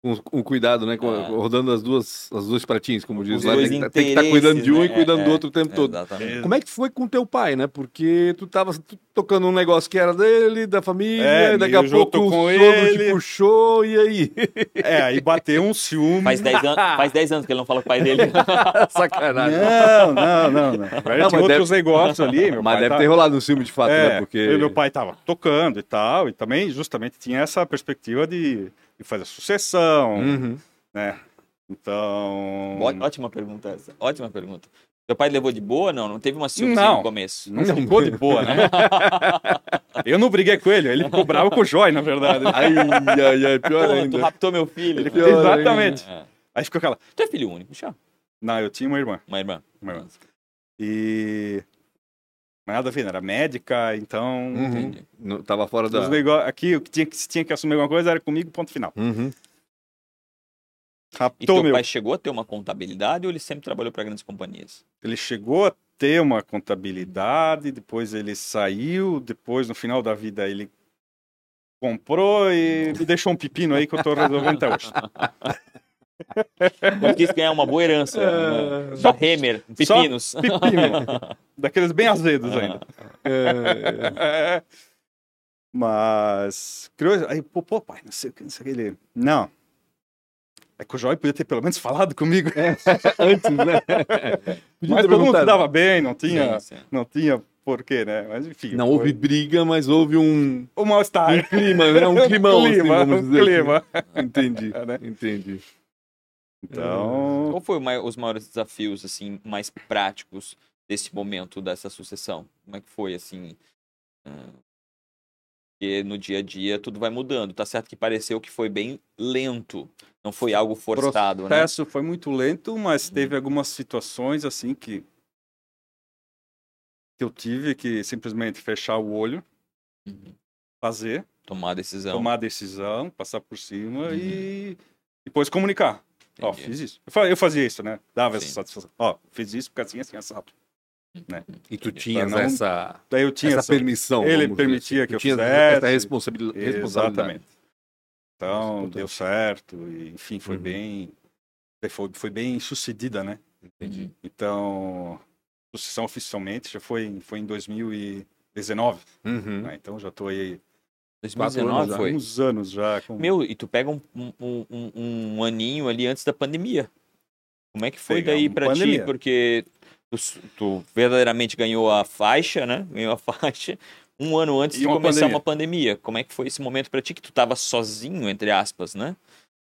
A: com, com cuidado, né? Com-
B: É.
A: Rodando as duas, as duas pratinhas, como diz
B: Os
A: lá.
B: dois
A: Tem, que- tem que estar cuidando de um
B: interesses,
A: e
B: né?
A: cuidando
B: É,
A: do outro o tempo todo.
B: Exatamente.
A: Como é que foi com teu pai, né? Porque tu tava tu- tocando um negócio que era dele, da família,
C: É,
A: daqui
C: e
A: a
C: eu junto
A: pouco o
C: com
A: sogro te
C: ele.
A: puxou, e aí?
C: É, aí bateu um ciúme.
B: Faz 10 anos, faz 10 anos que ele não fala com o pai dele.
A: Sacanagem.
C: Não, não, não, não. Agora
A: Não, mas
C: tinha outros negócios ali, meu
A: Mas
C: pai
A: deve
C: tava-
A: ter rolado um filme de fato,
C: É,
A: né? Porque...
C: eu e meu pai tava tocando e tal, e também justamente tinha essa perspectiva de, de fazer sucessão,
A: Uhum.
C: né? Então...
B: Ó- Ótima pergunta essa. Ótima pergunta. Seu pai levou de boa? Não, não teve uma ciúme
C: Não.
B: no começo.
C: Não ficou de boa, né? Eu não briguei com ele, ele ficou bravo com o Joy, na verdade.
A: Ai, ai, ai, pior
B: Porra, tu
A: ainda.
B: raptou meu filho.
A: Ele-
B: Né?
C: Exatamente.
B: É.
C: Aí ficou aquela,
B: Tu é filho único, já?
C: não, eu tinha uma irmã,
B: Uma irmã.
C: uma irmã. E nada a ver, né? era médica, então...
A: Uhum.
B: Entendi.
A: Não, tava fora da...
C: Os nego- Aqui, o que tinha, que se tinha que assumir alguma coisa era comigo, ponto final.
A: Uhum.
B: E
C: Raptou
B: teu
C: meu
B: pai chegou a ter uma contabilidade ou ele sempre trabalhou para grandes companhias?
C: Ele chegou a ter uma contabilidade, depois ele saiu, depois no final da vida ele comprou e me deixou um pepino aí que eu tô resolvendo até hoje.
B: Ele quis ganhar uma boa herança.
A: É.
B: Só Hemer, pepinos.
C: Pepino. Daqueles bem azedos ainda.
A: É,
C: Mas criou aí, pô, pô, pai, não sei o que, não sei o que ele. Não. É que o Joy podia ter pelo menos falado comigo.
B: É,
C: é.
A: Antes, né? Podia ter
C: Mas todo mundo se
A: perguntado.
C: dava bem, não tinha,
B: Sim, sim.
C: não tinha porquê, né? Mas enfim.
A: Não houve briga, mas houve um
C: o mal-estar.
A: clima, né? Um climão, assim,
C: Ah, é. clima,
A: vamos
C: um
A: dizer assim.
C: clima.
A: Entendi,
C: Né?
A: entendi.
C: Então,
B: Qual foi o mai- os maiores desafios assim mais práticos desse momento dessa sucessão? Como é que foi assim? ah, Porque no dia a dia tudo vai mudando. Tá certo que pareceu que foi bem lento, não foi algo forçado,
C: O
B: né?
C: processo foi muito lento, mas teve algumas situações assim que que eu tive que simplesmente fechar o olho,
B: Uhum.
C: fazer,
B: Tomar a decisão.
C: tomar a decisão, passar por cima e depois comunicar. Ó,
B: Uhum. Entendi.
C: fiz isso. Eu fa- Eu fazia isso, né? Dava
B: Sim.
C: essa satisfação. Ó, fiz isso porque assim, assim, assado.
A: E tu tinhas
C: Pra não-
A: essa,
C: Daí eu tinha
A: essa
C: essa...
A: permissão.
C: Ele
A: vamos dizer
C: permitia
A: assim.
C: que
A: Tu
C: eu
A: tinha
C: fizesse.
A: essa responsabili- responsabilidade.
C: Exatamente. Então,
A: Importante.
C: deu certo. E, enfim, foi
A: Uhum.
C: bem... Foi, foi bem sucedida, né?
B: Entendi.
C: Então, sucessão oficialmente já foi, em- foi em 2019,
A: Uhum.
C: né? Então já tô aí quatro
B: 2019
C: anos,
B: foi.
C: já, uns anos já. Com...
B: Meu, e tu pega um, um- um, um- um aninho ali antes da pandemia. Como é que foi
C: Pegar
B: daí
C: uma
B: pra ti?
C: um pandemia.
B: Porque tu, s- tu verdadeiramente ganhou a faixa, né? Ganhou a faixa um ano antes
C: E
B: de
C: uma
B: começar
C: pandemia.
B: uma pandemia. Como é que foi esse momento pra ti? Que tu tava sozinho, entre aspas, né?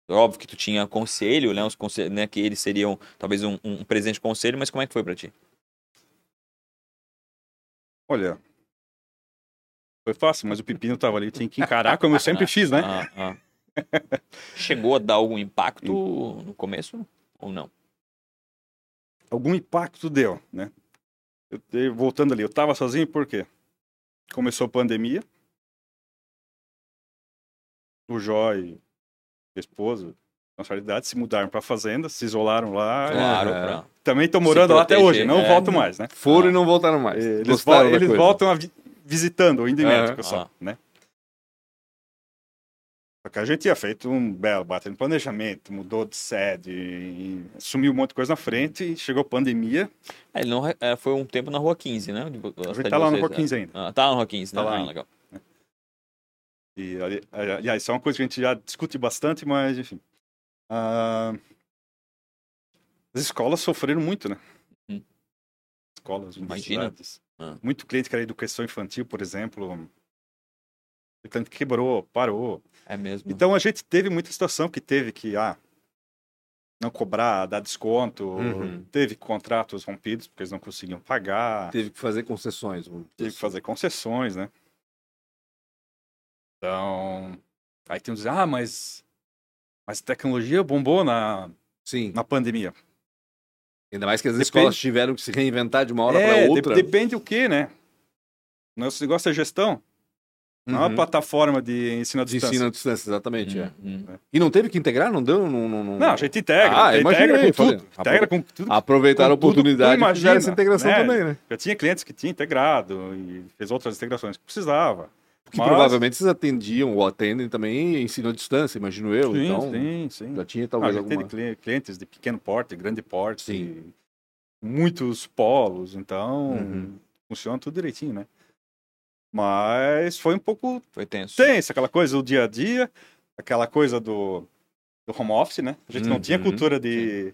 B: Óbvio que tu tinha conselho, né? Os conselhos, né? Que eles seriam talvez um, um presente de conselho, mas como é que foi pra ti?
C: Olha, foi fácil, mas o pepino tava ali, tinha que encarar como eu sempre fiz, né?
B: Ah, ah. Chegou a dar algum impacto no começo ou não?
C: Algum impacto deu, né? Eu, te- voltando ali, eu tava sozinho por quê? Começou a pandemia. O Joy, a esposa, na realidade, se mudaram pra fazenda, se isolaram lá.
A: Ah,
B: Claro, pra-
C: Também tô
B: Se
C: morando lá até
B: proteger,
C: hoje, não
B: é.
C: volto mais, né?
A: Foram
B: Ah.
A: e não voltaram mais.
C: Eles, vo-
A: Gostaram da
C: eles
A: coisa.
C: voltam a vi- visitando o
A: Aham.
C: Indimédico só,
B: Ah.
C: né? Só que a gente tinha feito um belo batendo planejamento, mudou de sede, e sumiu um monte de coisa na frente, e chegou a pandemia,
B: Ah, Ele não re- é, foi um tempo na Rua 15, né? De,
C: a gente tá lá no Rua 15 ainda.
B: Ah, tá lá na Rua 15, né?
C: Tá lá
B: Ah,
C: ainda.
B: legal.
C: E, ali- aliás, isso é uma coisa que a gente já discute bastante, mas enfim. Ah, as escolas sofreram muito, né?
B: Hum.
C: Escolas,
B: Imagina.
C: universidades.
B: Ah.
C: Muito cliente que era educação infantil, por exemplo. o cliente quebrou, parou.
B: É mesmo.
C: Então a gente teve muita situação que teve que ah, não cobrar, dar desconto,
A: Uhum.
C: teve contratos rompidos porque eles não conseguiam pagar,
A: Teve que fazer concessões. vamos dizer assim.
C: teve que fazer concessões, né? Então, aí tem uns dizer, ah, mas mas tecnologia bombou na,
A: assim. Sim.
C: na pandemia.
A: Ainda mais que as
C: Depende-
A: escolas tiveram que se reinventar de uma hora
C: É,
A: para
C: de-
A: outra.
C: depende o que, né? Nosso negócio é gestão, não é
A: Uhum.
C: uma plataforma de ensino à
A: De
C: distância. Uhum.
A: ensino à distância, exatamente. é.
B: Hum, hum.
A: E não teve que integrar? Não deu? Não, não, não-
C: Não, a gente integra,
A: Ah,
C: a gente integra
A: imaginei,
C: com tudo.
A: falei, ah,
C: Integra com tudo
A: Aproveitaram a
C: com tudo,
A: oportunidade
C: tu
A: e fizeram essa
C: imagina,
A: integração
C: né?
A: também, né?
C: Eu tinha clientes que tinha integrado e fez outras integrações que precisava.
A: Porque
C: Mas-
A: provavelmente vocês atendiam ou atendem também ensino à distância, imagino eu.
C: sim,
A: então,
C: sim, sim.
A: já tinha
C: Ah,
A: talvez
C: já
A: alguma...
C: teve cli- clientes de pequeno porte, grande porte,
A: Sim.
C: muitos polos, então
A: Uhum.
C: funciona tudo direitinho, né? Mas foi um pouco
B: Foi tenso.
C: tenso aquela coisa do dia a dia, aquela coisa do, do home office, né? A gente não tinha
B: Uhum,
C: cultura de,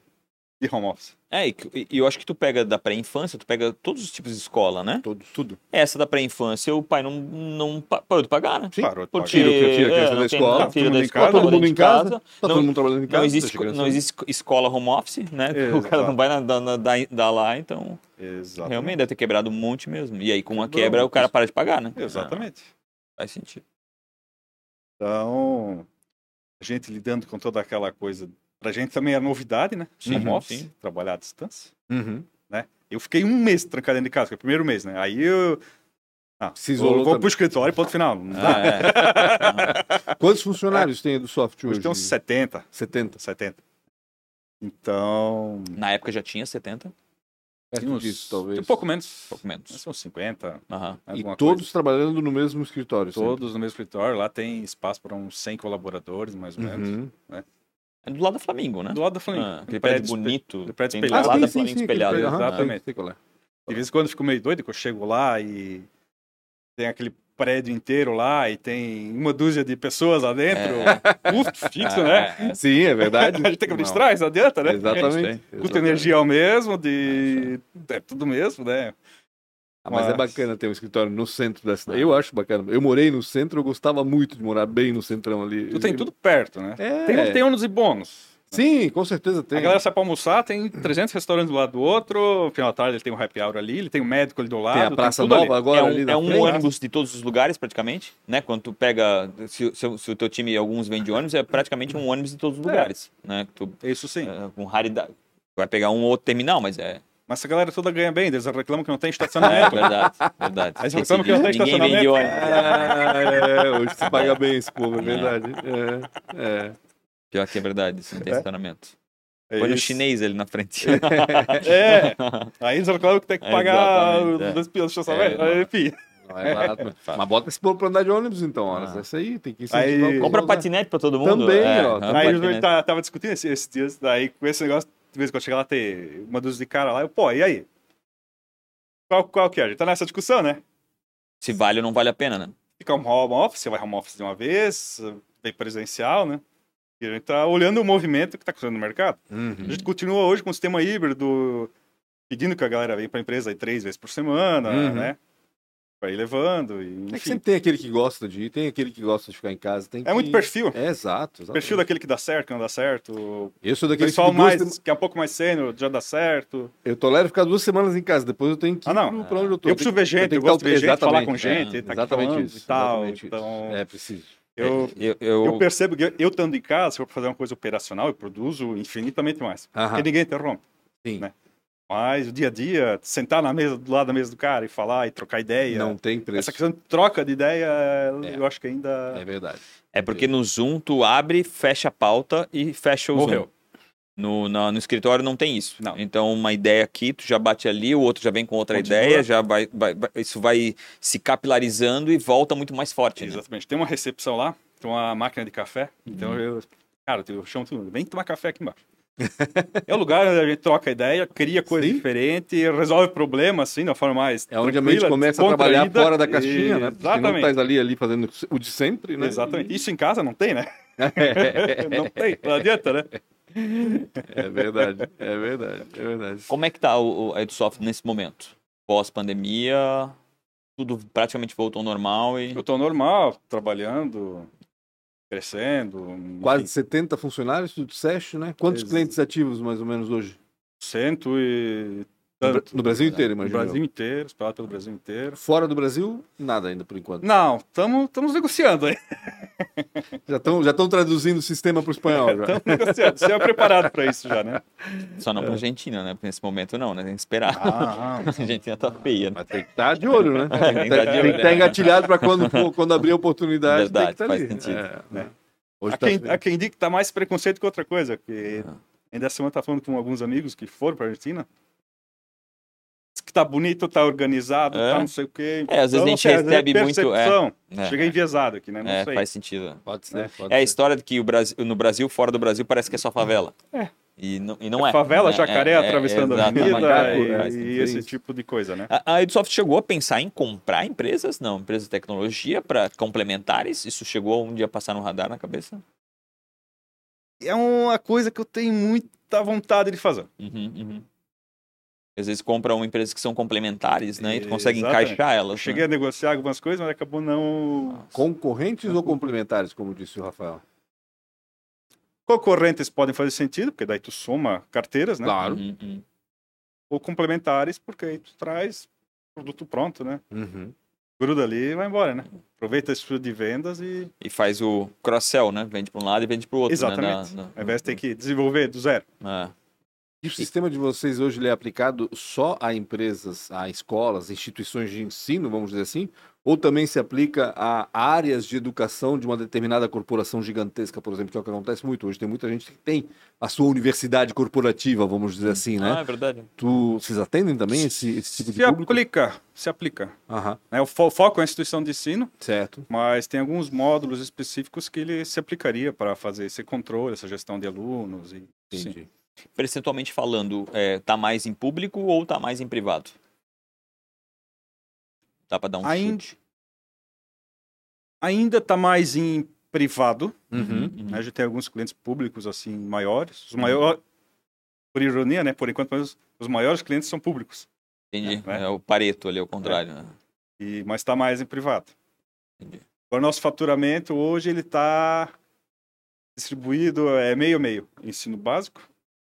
C: de home office.
B: É, e, que- e eu acho que tu pega da pré-infância, tu pega todos os tipos de escola, né?
A: Todos. Tudo.
B: Essa da pré-infância, o pai não, não pa- parou de pagar, né?
A: Sim.
C: Parou de
B: Porque-
A: Tira, tira, tira a criança
B: é,
A: da
B: não tem-
A: escola,
B: tira
C: todo
B: da
C: mundo em
A: casa,
B: escola,
A: todo mundo
B: dentro
A: em
B: de casa.
A: Tá
B: Não-
A: todo mundo trabalhando em casa. assim.
B: Não existe,
A: deixa a criança-
B: não existe escola home office, né? O cara
C: Exato.
B: não vai na- na- na- dar, dar lá, então
C: Exatamente.
B: realmente deve ter quebrado um monte mesmo. E aí com uma
C: Quebrou.
B: quebra o cara para de pagar, né?
C: Exatamente.
B: Ah, faz sentido.
C: Então, a gente lidando com toda aquela coisa. Pra gente também era novidade, né?
B: Sim,
C: home office,
B: sim.
C: trabalhar à distância.
A: Uhum.
C: Eu fiquei um mês trancado dentro de casa, que é o primeiro mês, né? Aí eu. Ah,
A: Se isolou
C: vou, vou
A: também.
C: pro escritório, ponto final. Não dá.
B: Ah, é.
A: Quantos funcionários tem a do soft hoje?
C: Ah, é. Hoje tem uns 70,
A: 70.
C: 70. Então.
B: Na época já tinha 70,
A: Perto
C: uns-
A: disso, talvez.
C: Um pouco menos.
B: pouco menos.
C: São 50,
B: Aham.
A: E
C: alguma
A: todos trabalhando no mesmo escritório.
C: coisa. Todos no mesmo escritório. Lá tem espaço para uns 100 colaboradores, mais ou
A: sempre.
C: menos.
A: Uhum.
B: É do lado do Flamengo, né?
C: Do lado da Flamengo.
B: Ah, aquele
C: Um
B: prédio
C: espe-
B: bonito.
C: do prédio
B: tem do
A: Ah,
C: espelhado.
B: lado
A: sim,
B: da
A: sim,
B: Flamengo
A: sim,
B: espelhado.
A: aquele- aham,
B: né?
C: exatamente.
A: sei qual é.
C: De vez em quando eu fico meio doido, que eu chego lá e tem aquele prédio inteiro lá e tem uma dúzia de pessoas lá dentro. Custo É, fixo, né?
B: É, é.
A: Sim, é verdade.
C: A gente tem que administrar, isso não adianta, né?
A: Exatamente.
C: Custo energia é o mesmo, de... é tudo mesmo, né?
A: Ah, mas é
C: Mas-
A: bacana ter um escritório no centro da
C: Ah.
A: cidade. Eu acho bacana. Eu morei no centro, eu gostava muito de morar bem no centrão ali.
C: Tu tem tudo perto, né?
A: É.
C: Tem, tem ônus e bônus.
A: Sim, com certeza tem.
C: A galera sai pra almoçar, tem 300 restaurantes do lado do outro, no final da tarde ele tem um happy hour ali, ele tem um médico ali do lado,
A: tem a Praça
C: tudo ali.
A: Nova agora
B: É um,
A: ali na
B: é um
A: frente.
B: ônibus de todos os lugares, praticamente, né? Quando tu pega, se, se, se o teu time, alguns vêm de ônibus, é praticamente um ônibus de todos os lugares, né? Tu,
C: Isso É. sim.
B: é, com raridade, vai pegar um outro terminal, mas é,
C: Mas essa galera toda ganha bem, eles reclamam que não tem
B: é
C: estacionamento.
B: verdade, verdade.
C: Aí você
B: Esqueci
C: reclama que não tem
B: disso. Ninguém vem de
C: estacionamento.
B: ônibus.
A: Ah, é, hoje se paga bem esse povo, é verdade. É, é.
B: Pior que é verdade, isso não tem estacionamento.
C: É
B: Põe no
C: isso.
B: chinês ali na frente.
C: É. Aí eles reclamam que tem que
B: É,
C: pagar
B: exatamente, é.
C: dois pilas de estacionamento.
B: É,
C: Aí, enfim.
A: Não é barato, mas- mas bota esse povo pra andar de ônibus então, horas.
B: Ah.
A: Essa aí tem que
C: né? Aí-
A: incentivar o né? povo a
B: Compra
A: usar.
B: patinete pra todo mundo.
A: Também,
B: é,
A: ó,
B: é,
A: também.
C: Aí eu
B: patinete.
C: tava, tava discutindo esse- esses dias, daí com esse negócio, de vez em quando chega lá, tem uma dúzia de cara lá, eu, pô, e aí? Qual, qual que é? A gente tá nessa discussão, né?
B: Se vale ou não vale a pena, né?
C: Fica um home office, você vai home office de uma vez, vem presencial, né? E a gente tá olhando o movimento que tá acontecendo no mercado.
A: Uhum.
C: A gente continua hoje com o sistema híbrido, pedindo que a galera venha pra empresa aí três vezes por semana,
A: Uhum.
C: né? Vai levando, e,
A: É que
C: enfim.
A: sempre tem aquele que gosta de ir, tem aquele que gosta de ficar em casa. Tem
C: É muito
A: que-
C: perfil.
A: É, exato.
C: O
A: exato.
C: perfil daquele que dá certo, que não dá certo.
A: Eu sou
C: O
A: daquele
C: pessoal
A: que duas
C: mais, que é um pouco mais sênior, já dá certo.
A: Eu tolero ficar duas semanas em casa, depois eu tenho que
C: Ah,
A: ir
C: não.
A: pro- pra onde eu tô.
C: Eu preciso ver gente, eu, gosto de ver gente, falar com gente,
A: É,
C: tá aqui
A: exatamente
C: falando
A: isso.
C: e tal.
A: exatamente isso.
C: Então,
A: É, preciso.
C: eu,
B: Eu,
C: eu percebo que eu, eu estando em casa, se eu for fazer uma coisa operacional, eu produzo infinitamente mais.
A: Aham.
C: Porque ninguém interrompe.
A: Ah. Sim.
C: né? Mas o dia a dia, sentar na mesa, do lado da mesa do cara e falar e trocar ideia.
A: Não tem preço.
C: é Essa questão de troca de ideia,
A: É.
C: eu acho que ainda.
A: É verdade.
B: É porque no Zoom tu abre, fecha a pauta e fecha o Zoom.
C: Morreu.
B: No, na- no escritório não tem isso.
C: Não.
B: Então, uma ideia aqui, tu já bate ali, o outro já vem com outra
C: Continua.
B: ideia, já vai, vai- vai- isso vai se capilarizando e volta muito mais forte. Né?
C: Exatamente. Tem uma recepção lá, tem uma máquina de café.
A: Uhum.
C: Então eu, cara, eu chamo todo mundo, vem tomar café aqui embaixo. é o lugar onde a gente troca ideia, cria coisa
A: Sim.
C: diferente, resolve problema assim, da forma mais.
A: É onde a
C: tranquila,
A: mente começa a trabalhar
C: descontraída.
A: fora da caixinha, né? Porque não
C: Exatamente.
A: estás ali, ali fazendo o de sempre, né?
C: Exatamente. Isso em casa não tem, né? não tem, não adianta, né?
A: É verdade, é verdade, é verdade.
B: Como é que tá o, o Edsoft nesse momento? Pós-pandemia, tudo praticamente voltou ao normal e...
C: Eu tô normal, trabalhando, crescendo,
A: Quase
C: enfim,
A: 70 funcionários, tu disseste, né? Quantos
C: assim? Ex-
A: clientes ativos, mais ou menos, hoje?
C: cento e
A: No, Bra-
C: tanto.
A: no Brasil inteiro,
C: No
A: imagino. eu.
C: Brasil inteiro, espalhado pelo Brasil inteiro.
A: Fora do Brasil, nada ainda, por enquanto.
C: Não, estamos negociando aí.
A: Já estão já tão traduzindo o sistema para o espanhol. Já.
C: Estamos negociando. Você é preparado para isso já, né?
B: Só não pra Argentina, né? Nesse momento não, né? Tem que esperar.
C: Ah,
B: A Argentina tá feia, né?
A: Mas tem que estar de olho, né? Tem que
B: que tá de olho,
A: estar
B: né?
A: engatilhado para quando, for- quando abrir a oportunidade. tem
B: Verdade,
A: que tá
B: faz
A: ali.
B: sentido.
A: É,
C: É.
A: Hoje
C: há,
A: tá
C: quem,
A: frio.
C: há quem diga que tá mais preconceito que outra coisa. Que
B: Ah.
C: ainda essa semana eu tava falando com alguns amigos que foram para Argentina. Diz que que tá bonito, tá organizado,
B: É.
C: tá não sei o quê.
B: É, às vezes a gente
C: assim,
B: recebe muito, é.
C: percepção.
B: É,
C: Chega enviesado aqui, né? Não
B: é,
C: sei.
B: faz sentido.
A: Pode ser, pode
B: É a
A: ser.
B: história de que o Brasil, no Brasil, fora do Brasil, parece que é só favela.
C: É.
B: E não e não é.
C: É favela,
B: É,
C: jacaré
B: é, é,
C: atravessando a
B: exato,
C: avenida
B: macaco, é,
C: e-
B: faz
C: e,
B: sentido.
C: esse
A: isso.
C: tipo de coisa, né?
B: A, a Ubisoft chegou a pensar em comprar empresas? Não, empresas de tecnologia para complementares? Isso chegou um dia a passar no radar na cabeça?
C: É uma coisa que eu tenho muita vontade de fazer.
B: Uhum, uhum. Às vezes compram empresas que são complementares, né? E tu consegue
C: Exatamente.
B: encaixar
C: Eu
B: elas.
A: É.
C: cheguei a negociar algumas coisas, mas acabou não.
B: Né?
A: Concorrentes ou complementares, como disse o Rafael?
C: Concorrentes podem fazer sentido, porque daí tu soma carteiras, né?
A: Claro.
B: Uhum, uhum.
C: Ou complementares, porque aí tu traz produto pronto, né?
A: Uhum.
C: Gruda ali e vai embora, né? Aproveita isso de vendas e
B: E faz o cross-sell, né? Vende para um lado e vende para o outro.
C: Exatamente.
B: Né? Na- na-
C: ao invés de ter que desenvolver do zero.
B: na- é.
A: E o sistema de vocês hoje ele é aplicado só a empresas, a escolas, instituições de ensino, vamos dizer assim? Ou também se aplica a áreas de educação de uma determinada corporação gigantesca, por exemplo, que é o que acontece muito hoje. Tem muita gente que tem a sua universidade corporativa, vamos dizer assim, né?
B: Ah, é verdade.
A: Tu, vocês atendem também esse, esse tipo de
C: Se
A: público?
C: aplica, se aplica.
A: Aham,
C: né? O fo- foco é a instituição de ensino,
A: certo.
C: mas tem alguns módulos específicos que ele se aplicaria para fazer esse controle, essa gestão de alunos e Sim.
A: Entendi.
B: Percentualmente falando, é, tá mais em público ou tá mais em privado? Dá para dar um
C: Ainda-
B: chute.
C: ainda está mais em privado.
A: Uhum.
C: né? A gente tem alguns clientes públicos assim maiores,
B: Uhum.
C: os maiores, por ironia, né? Por enquanto, mas os- os maiores clientes são públicos
B: Entendi.
C: É, né?
B: É o pareto ali, ao contrário. né?
C: e mas está mais em privado.
B: Entendi.
C: O nosso faturamento hoje ele está distribuído é meio a meio, ensino básico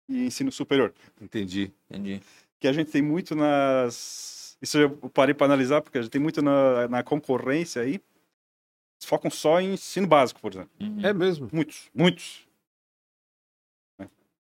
C: e ensino superior.
A: Entendi.
B: Entendi.
C: que a gente tem muito nas. Isso eu parei para analisar, porque a gente tem muito na, na concorrência aí. Eles focam só em ensino básico, por exemplo.
A: É mesmo.
C: Muitos, muitos.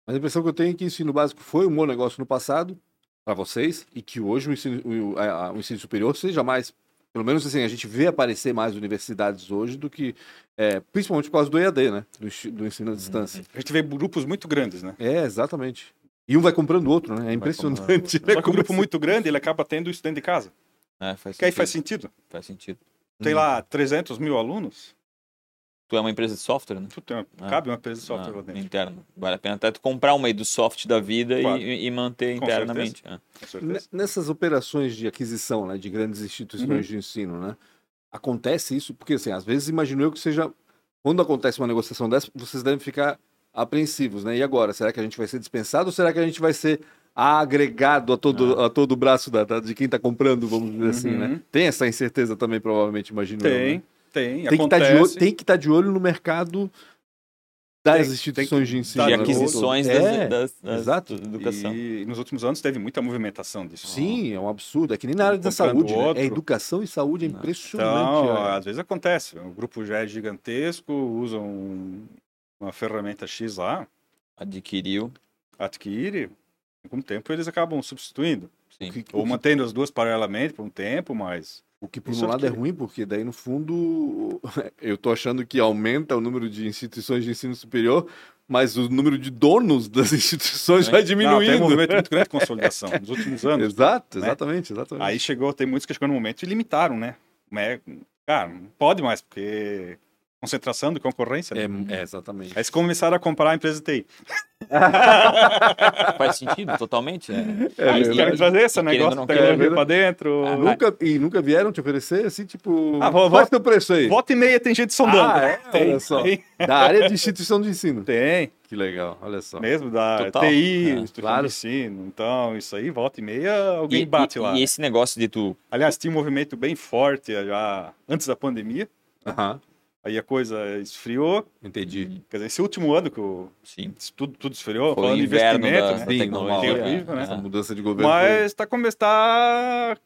A: Mas a impressão que eu tenho é que o ensino básico foi um bom negócio no passado, para vocês, e que hoje o ensino, o, a- a- o ensino superior seja mais. Pelo menos assim, a gente vê aparecer mais universidades hoje do que. é, principalmente por causa do EAD, né? Do, ensi- do ensino à distância.
C: A gente vê grupos muito grandes, né?
A: É, exatamente. E um vai comprando o outro, né? É impressionante. né?
C: Só que o
A: Como
C: grupo
A: assim?
C: muito grande, ele acaba tendo isso dentro de casa.
B: É, faz
C: Que aí
B: sentido.
C: faz sentido.
B: Faz sentido.
A: Uhum.
C: Tem lá 300 mil alunos,
B: Tu é uma empresa de software, né?
C: tu tem uma-
B: Ah.
C: cabe uma empresa de software
B: Ah,
C: lá dentro.
B: Interno. Vale a pena até tu comprar uma Edusoft da vida e-
C: Claro.
B: e, e manter
C: Com
B: internamente. Ah.
C: Com
A: Ne-
C: certeza.
A: Nessas operações de aquisição, né, de grandes instituições
C: Uhum.
A: de ensino, né, acontece isso porque assim, às vezes imagino eu que seja quando acontece uma negociação dessa, vocês devem ficar apreensivos, né? E agora, será que a gente vai ser dispensado ou será que a gente vai ser agregado a todo a todo o braço da, da- de quem está comprando, vamos dizer assim, né?
C: Ah. Uhum.
A: Tem essa incerteza também, provavelmente, imagino eu,
C: Tem,
A: né?
C: tem.
A: Tem que estar de olho,
C: acontece.
A: tem que estar de olho no mercado das
C: Tem- tem
A: instituições de ensino,
B: De
C: Tá,
A: né?
B: aquisições das,
A: É,
B: das, das-
A: exato.
B: da educação.
C: E nos últimos anos teve muita movimentação disso.
A: Sim, é um absurdo. É que nem na
C: Um
A: área da
C: comprando
A: saúde. né?
C: outro.
A: É educação e saúde, é
B: Não.
A: impressionante. é,
C: Então,
A: olha.
C: às vezes acontece. O grupo já é gigantesco, usa um- uma ferramenta X lá,
B: Adquiriu.
C: adquire, e com o tempo eles acabam substituindo.
B: Sim.
A: o, que,
C: Ou
A: o que-
C: mantendo as duas paralelamente por um tempo, mas
A: o que por
C: isso
A: um lado é
C: aqui.
A: ruim, porque daí no fundo eu tô achando que aumenta o número de instituições de ensino superior, mas o número de donos das instituições
B: É.
A: vai
C: não, tem um
A: diminuindo.
C: movimento muito grande de consolidação nos últimos anos.
A: Exato,
C: né?
A: exatamente, exatamente.
C: Aí chegou, tem muitos que chegou no momento e limitaram, né? Mas, Cara, não pode mais, porque concentração de concorrência. né?
A: é, é, exatamente.
C: Aí eles começaram a comprar a empresa de TI.
B: Faz sentido totalmente. né?
A: É
B: Aí
C: Aí
A: verdade.
C: eles querem trazer esse
B: Querendo
C: negócio
B: ou não,
C: de
A: querendo. é
C: tecnologia para dentro.
B: Ah, vai.
A: Nunca, e nunca vieram te oferecer assim, tipo,
C: Ah, vou-
A: faz teu preço aí.
C: Volta e meia tem gente sondando.
A: Ah, é? Olha só.
C: Tem,
A: Da área de instituição de ensino.
C: tem.
A: Que legal, olha só.
C: mesmo da
B: Total.
C: TI,
B: É,
C: instituição
A: claro.
C: de ensino. Então, isso aí, volta e meia, alguém
B: E-
C: bate
B: e-
C: lá.
B: E esse negócio de tu
C: Aliás, tinha um movimento bem forte já antes da pandemia,
A: Aham,
C: aí a coisa esfriou.
A: entendi.
C: Quer dizer, esse último ano que o,
B: Sim.
C: isso tudo, tudo esfriou,
B: Foi o
C: falando de
B: inverno
C: investimento,
B: da,
C: né?
B: da
A: Sim,
B: tecnologia.
A: normal,
B: é.
C: horrível, né?
A: Essa
B: Ah,
A: mudança de governo. foi-
C: Mas tá começando tá...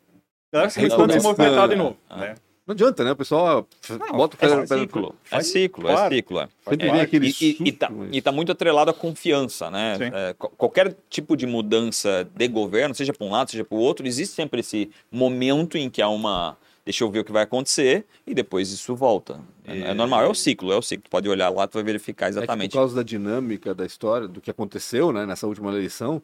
C: Galera,
B: Recomeçando,
C: começando a se movimentar de
A: né?
C: novo.
B: Ah.
C: né?
A: Não adianta, né? O pessoal f- bota o pé,
B: É
A: pé-
B: ciclo, é
C: Faz-
B: ciclo, é
C: claro.
B: ciclo. é.
A: Sempre
B: É,
A: vem aquele
B: e, e, e tá,
A: susto, É mas-
B: e tá muito atrelado à confiança, né?
C: Sim.
B: É, qu- qualquer tipo de mudança de governo, seja para um lado, seja para o outro, existe sempre esse momento em que há uma. Deixa eu ver o que vai acontecer e depois isso volta. É, é
C: E-
B: normal, é o ciclo, é o ciclo. Tu pode olhar lá, tu vai verificar
A: É que
B: exatamente.
A: por causa da dinâmica da história, do que aconteceu né, nessa última eleição,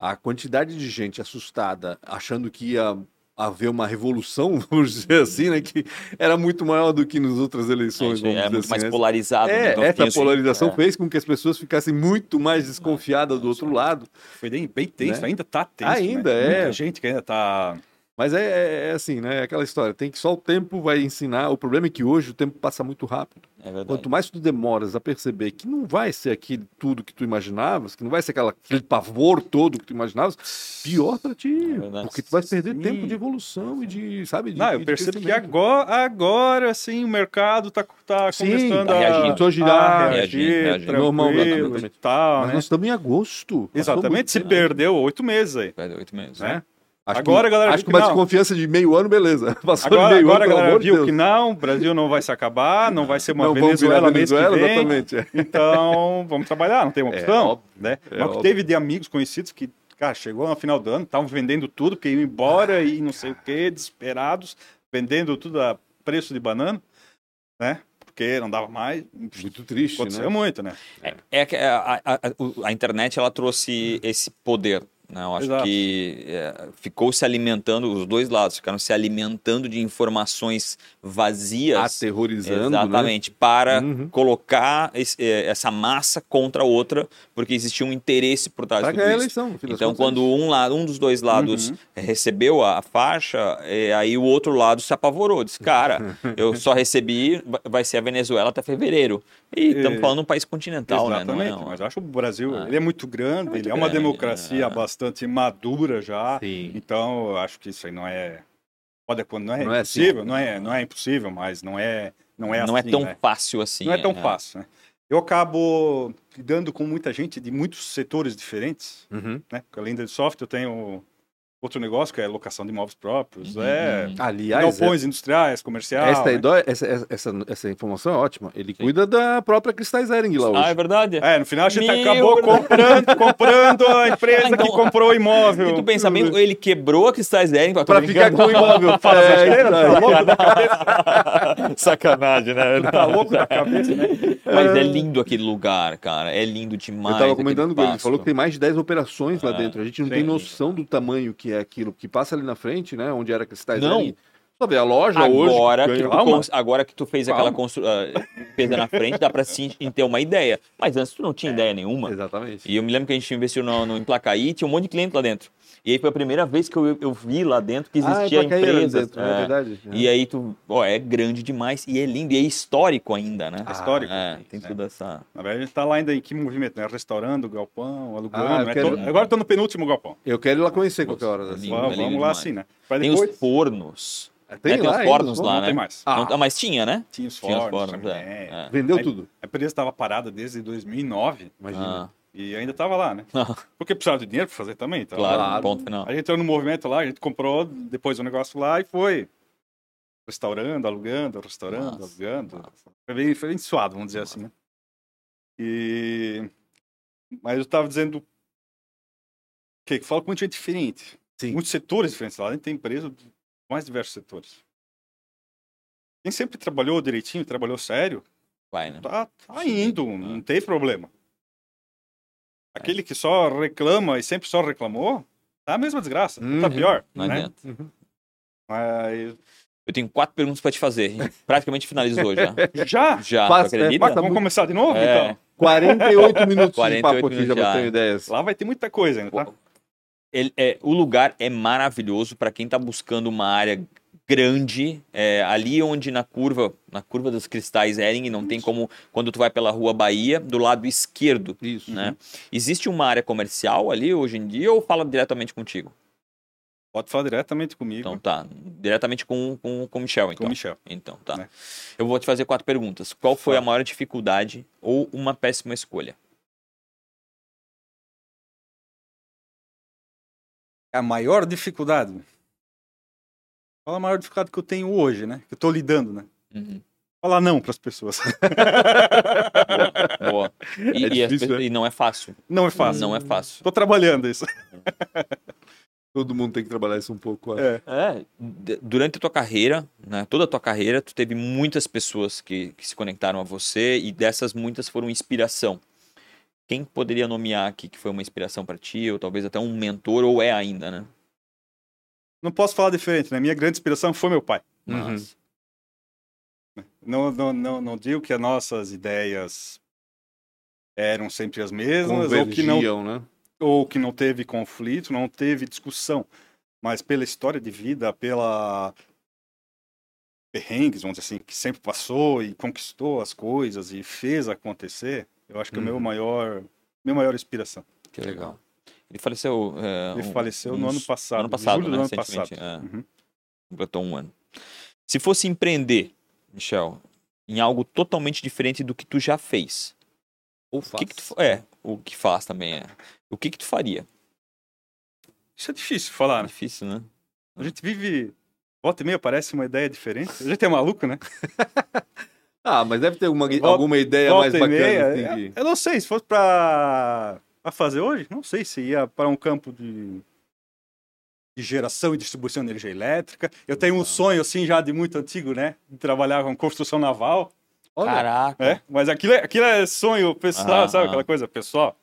A: a quantidade de gente assustada, achando que ia haver uma revolução, vamos dizer assim, né? Que era muito maior do que nas outras eleições.
B: Isso aí
A: vamos
B: é
A: dizer
B: muito
A: assim,
B: mais
A: né?
B: polarizado. né?
A: É,
B: Então,
A: essa
B: tem isso.
A: polarização
B: É.
A: fez com que as pessoas ficassem muito mais desconfiadas do outro lado.
C: Foi bem, bem tenso,
A: Né?
C: ainda tá tenso.
A: Ainda
C: né?
A: é.
C: Muita gente que ainda tá.
A: Mas é, é- é assim, né? É Aquela história. Tem que só o tempo vai ensinar. O problema é que hoje o tempo passa muito rápido.
B: É verdade.
A: Quanto mais tu demoras a perceber que não vai ser aquilo tudo que tu imaginavas, que não vai ser aquela, aquele pavor todo que tu imaginavas, pior pra ti.
B: verdade.
A: porque tu vai perder
C: É Sim.
A: tempo de evolução e de, sabe? De,
C: Não,
A: e
C: eu
A: de
C: percebo que
A: crescimento.
C: agora, agora sim, o mercado tá, tá
A: Sim,
C: começando
B: tá
C: a,
B: reagindo.
C: a
A: Começou a girar,
B: reagindo, reagindo.
C: tranquilo
A: Normal,
C: e
A: exatamente.
C: tal,
A: Mas
C: né?
A: nós estamos em agosto.
C: Exatamente, se perdeu oito meses aí.
B: Perdeu É, oito meses.
A: É,
C: Né?
A: Acho
C: Agora,
A: que,
C: a galera
A: acho
C: viu
A: que
C: que
A: uma
C: não.
A: desconfiança de meio ano, beleza. Passou de
C: Agora,
A: meio
C: agora a
A: ano, pelo
C: galera
A: amor de
C: viu
A: Deus.
C: que não, o Brasil não vai se acabar, não vai ser uma
A: não vamos virar
C: Venezuela mês que
A: Venezuela,
C: vem.
A: exatamente. é.
C: Então, vamos trabalhar, não tem uma
A: É,
C: opção,
A: óbvio,
C: né?
A: é
C: Mas
A: óbvio.
C: teve de amigos conhecidos que, cara, chegou no final do ano, estavam vendendo tudo, porque iam embora e não sei o quê, desesperados, vendendo tudo a preço de banana, né? Porque não dava mais.
A: Muito triste,
C: Aconteceu
A: né?
C: muito, né?
B: É, é que a, a- a- o- a internet ela trouxe esse poder. Né? Eu acho
C: Exato.
B: que é, ficou se alimentando, os dois lados ficaram se alimentando de informações vazias.
A: Aterrorizando, né?
B: Exatamente, para
A: Uhum.
B: colocar esse- é, essa massa contra a outra, porque existia um interesse por trás
A: Para
B: de tudo
A: ganhar a
B: isso.
A: eleição. no fim das
B: Então,
A: contas, é
B: quando um, lado, um dos dois lados
C: Uhum.
B: recebeu a, a faixa, é, aí o outro lado se apavorou. Disse, cara, eu só recebi, vai- vai ser a Venezuela até fevereiro. E estamos
C: É.
B: falando de um país continental, né? Não é,
C: Exatamente,
B: não.
C: mas eu acho que o Brasil,
B: Ah.
C: ele é muito grande, ele é uma
B: grande,
C: democracia
B: é.
C: bastante madura já,
A: Sim.
C: então eu acho que isso aí não é... Pode, acon- não é
A: Não é assim.
C: impossível, não, é, não é impossível, mas não é, não é
B: Não é
C: assim,
B: tão
C: né?
B: fácil assim.
C: não é tão fácil, né? Eu acabo lidando com muita gente de muitos setores diferentes,
A: Uhum.
C: né? Porque além de software, eu tenho outro negócio que é locação de imóveis próprios,
B: Uhum.
C: é
A: Aliás, é-
C: galpões industriais, comercial.
A: esta, é
C: né?
A: idó- essa, essa, essa, essa informação é ótima. Ele cuida da própria Cristais Ering lá hoje.
B: Ah, é verdade?
C: É, no final a gente
B: Meu
C: acabou
B: Deus.
C: comprando, comprando a empresa
B: Ah, então-
C: que comprou o imóvel.
B: E tu pensa bem, ele quebrou a Cristais Ering
A: Pra ficar com o imóvel.
C: Fala
A: É,
C: besteira, tá
A: exato.
C: louco da cabeça,
B: Sacanagem, né?
C: tá louco da cabeça, né?
B: Mas é lindo aquele lugar, cara. É lindo demais.
A: Eu tava
B: aquele
A: comentando com ele, ele
B: pasto.
A: falou que tem mais de 10 operações lá
B: Ah,
A: dentro. A gente não
C: sim.
A: tem noção do tamanho que é aquilo, porque passa ali na frente, né? Onde era Cristais
B: Não.
A: Ering. Só ver a loja hoje.
B: Agora que,
A: ganhou-
B: tu
C: Calma.
B: cons- agora que tu fez aquela
C: Calma.
B: constru... ah, perda na frente, dá pra sim ter uma ideia. Mas antes tu não
C: É.
B: tinha ideia nenhuma.
A: Exatamente.
B: E eu me lembro que a gente investiu no, no Emplacaí e tinha um monte de cliente lá dentro. E aí foi a primeira vez que eu, eu vi lá dentro
A: Ah,
B: que existia
A: pra cair ali
B: empresa.
A: dentro, é verdade.
B: E aí tu, ó, é grande demais e é lindo e é histórico ainda, né?
A: Ah,
C: Histórico.
B: É, tem
C: né?
B: tudo essa.
C: Na verdade, a gente tá lá ainda em que movimento, né? Restaurando, galpão, alugando,
A: Ah, eu
C: né?
A: quero-
C: Tô- Agora tô no penúltimo galpão.
A: Eu quero ir lá conhecer qualquer hora.
B: Nossa, é
A: dessa. É,
B: Lindo,
C: vamos
B: lindo
C: vamos lá
B: demais.
C: assim, né? Pra
B: Tem
C: depois...
B: os fornos.
A: Tem
B: né? tem
A: lá
B: os
A: ainda,
B: fornos
A: os
B: lá,
C: Não
B: né?
C: tem mais.
A: Ah.
B: Não- ah, mas tinha, né?
C: Tinha os
B: Tinha os
C: fornos,
B: fornos.
C: também,
B: é,
C: é.
B: é.
A: Vendeu
C: Aí-
A: tudo.
C: A empresa estava parada desde 2009
A: Imagina.
B: Ah,
C: e ainda estava lá, né? Porque precisava de dinheiro para fazer também. Então,
B: claro,
A: Claro.
B: ponto final.
C: A gente entrou no movimento lá, a gente comprou depois o negócio lá e foi restaurando, alugando, restaurando,
B: Nossa.
C: alugando. Foi bem, foi bem suado, vamos dizer assim, né? E... Mas eu estava dizendo que que fala com muita gente diferente.
A: Sim.
C: Muitos setores diferentes lá. A gente tem empresa de mais diversos setores. Quem sempre trabalhou direitinho, trabalhou sério,
B: Vai, né?
C: tá, tá indo,
B: É.
C: não tem problema. Aquele que só reclama e sempre só reclamou, tá a mesma desgraça, tá
A: Uhum.
C: pior,
B: Não
C: né?
B: adianta.
C: Mas
B: Eu tenho quatro perguntas pra te fazer. A gente praticamente finalizou já.
C: já,
B: Já,
A: Passa,
B: tu acredita?
A: é, passa.
C: vamos começar de novo,
B: Tá É.
C: então.
A: 48 minutos de
B: 48
A: papo aqui, já
B: minutos já.
A: bateu ideias.
C: Lá vai ter muita coisa ainda, tá?
B: Ele- é, o lugar é maravilhoso para quem está buscando uma área grande, é, ali onde na curva, na curva dos cristais Ering, não tem como, quando tu vai pela rua Bahia, do lado esquerdo,
A: Isso.
B: né? Existe uma área comercial ali hoje em dia ou fala diretamente contigo?
C: Pode falar diretamente comigo,
B: Então tá, diretamente com, com, com o Michel,
C: com o
B: então.
C: Michel.
B: Então tá.
C: Né?
B: Eu vou te fazer quatro perguntas. Qual foi a
C: Fala.
B: maior dificuldade ou uma péssima escolha?
C: É A maior dificuldade? Qual a maior dificuldade que eu tenho hoje, né? Que eu tô lidando, né?
B: Uhum.
C: Falar não pras pessoas.
B: Boa. E,
A: É
B: e as
A: difícil,
B: pe- e não é fácil.
C: não é né? fácil.
B: Não é fácil.
C: Tô trabalhando isso.
A: Todo mundo tem que trabalhar isso um pouco. eu acho.
C: É.
B: É, d- durante a tua carreira, né, toda a tua carreira, tu teve muitas pessoas que, que se conectaram a você e dessas muitas foram inspiração. Quem poderia nomear aqui que foi uma inspiração para ti, ou talvez até um mentor, ou é ainda, né?
C: Não posso falar diferente, né? Minha grande inspiração foi meu pai.
A: Uhum.
B: Mas,
C: É. Não, não, não, não digo que as nossas ideias eram sempre as mesmas, ou que não
A: Convergiam, né?
C: ou que não teve conflito, não teve discussão, mas pela história de vida, pela perrengues, vamos dizer assim, que sempre passou e conquistou as coisas e fez acontecer, eu acho que é o meu
A: Uhum.
C: maior, minha maior inspiração.
B: Que legal. Ele faleceu. é,
C: Ele
B: um-
C: faleceu no
B: uns-
C: ano passado,
B: ano passado,
C: em julho
B: né?
C: do ano passado.
B: Recentemente, é.
C: Uhum.
B: completou um ano. Se fosse empreender, Michel, em algo totalmente diferente do que tu já fez,
A: Ou
B: o que, que tu fa- é o que faz também é o que que tu faria?
C: Isso é difícil falar, né?
B: Difícil, né?
C: A gente vive, volta e meia aparece uma ideia diferente. A gente é maluco, né?
A: Ah, mas deve ter alguma,
C: Volta-
A: alguma ideia É mais
C: Volta e
A: bacana.
C: meia, é.
A: assim,
C: eu-
A: que-
C: Eu não sei, se fosse pra, pra fazer hoje, não sei se ia para um campo de, de geração e distribuição de energia elétrica. Eu tenho um sonho, assim, já de muito antigo, né? De trabalhar com construção naval,
A: Olha,
B: Caraca.
C: né? Mas aquilo é, aquilo é sonho pessoal,
B: Ah,
C: sabe?
B: ah.
C: Aquela coisa pessoal.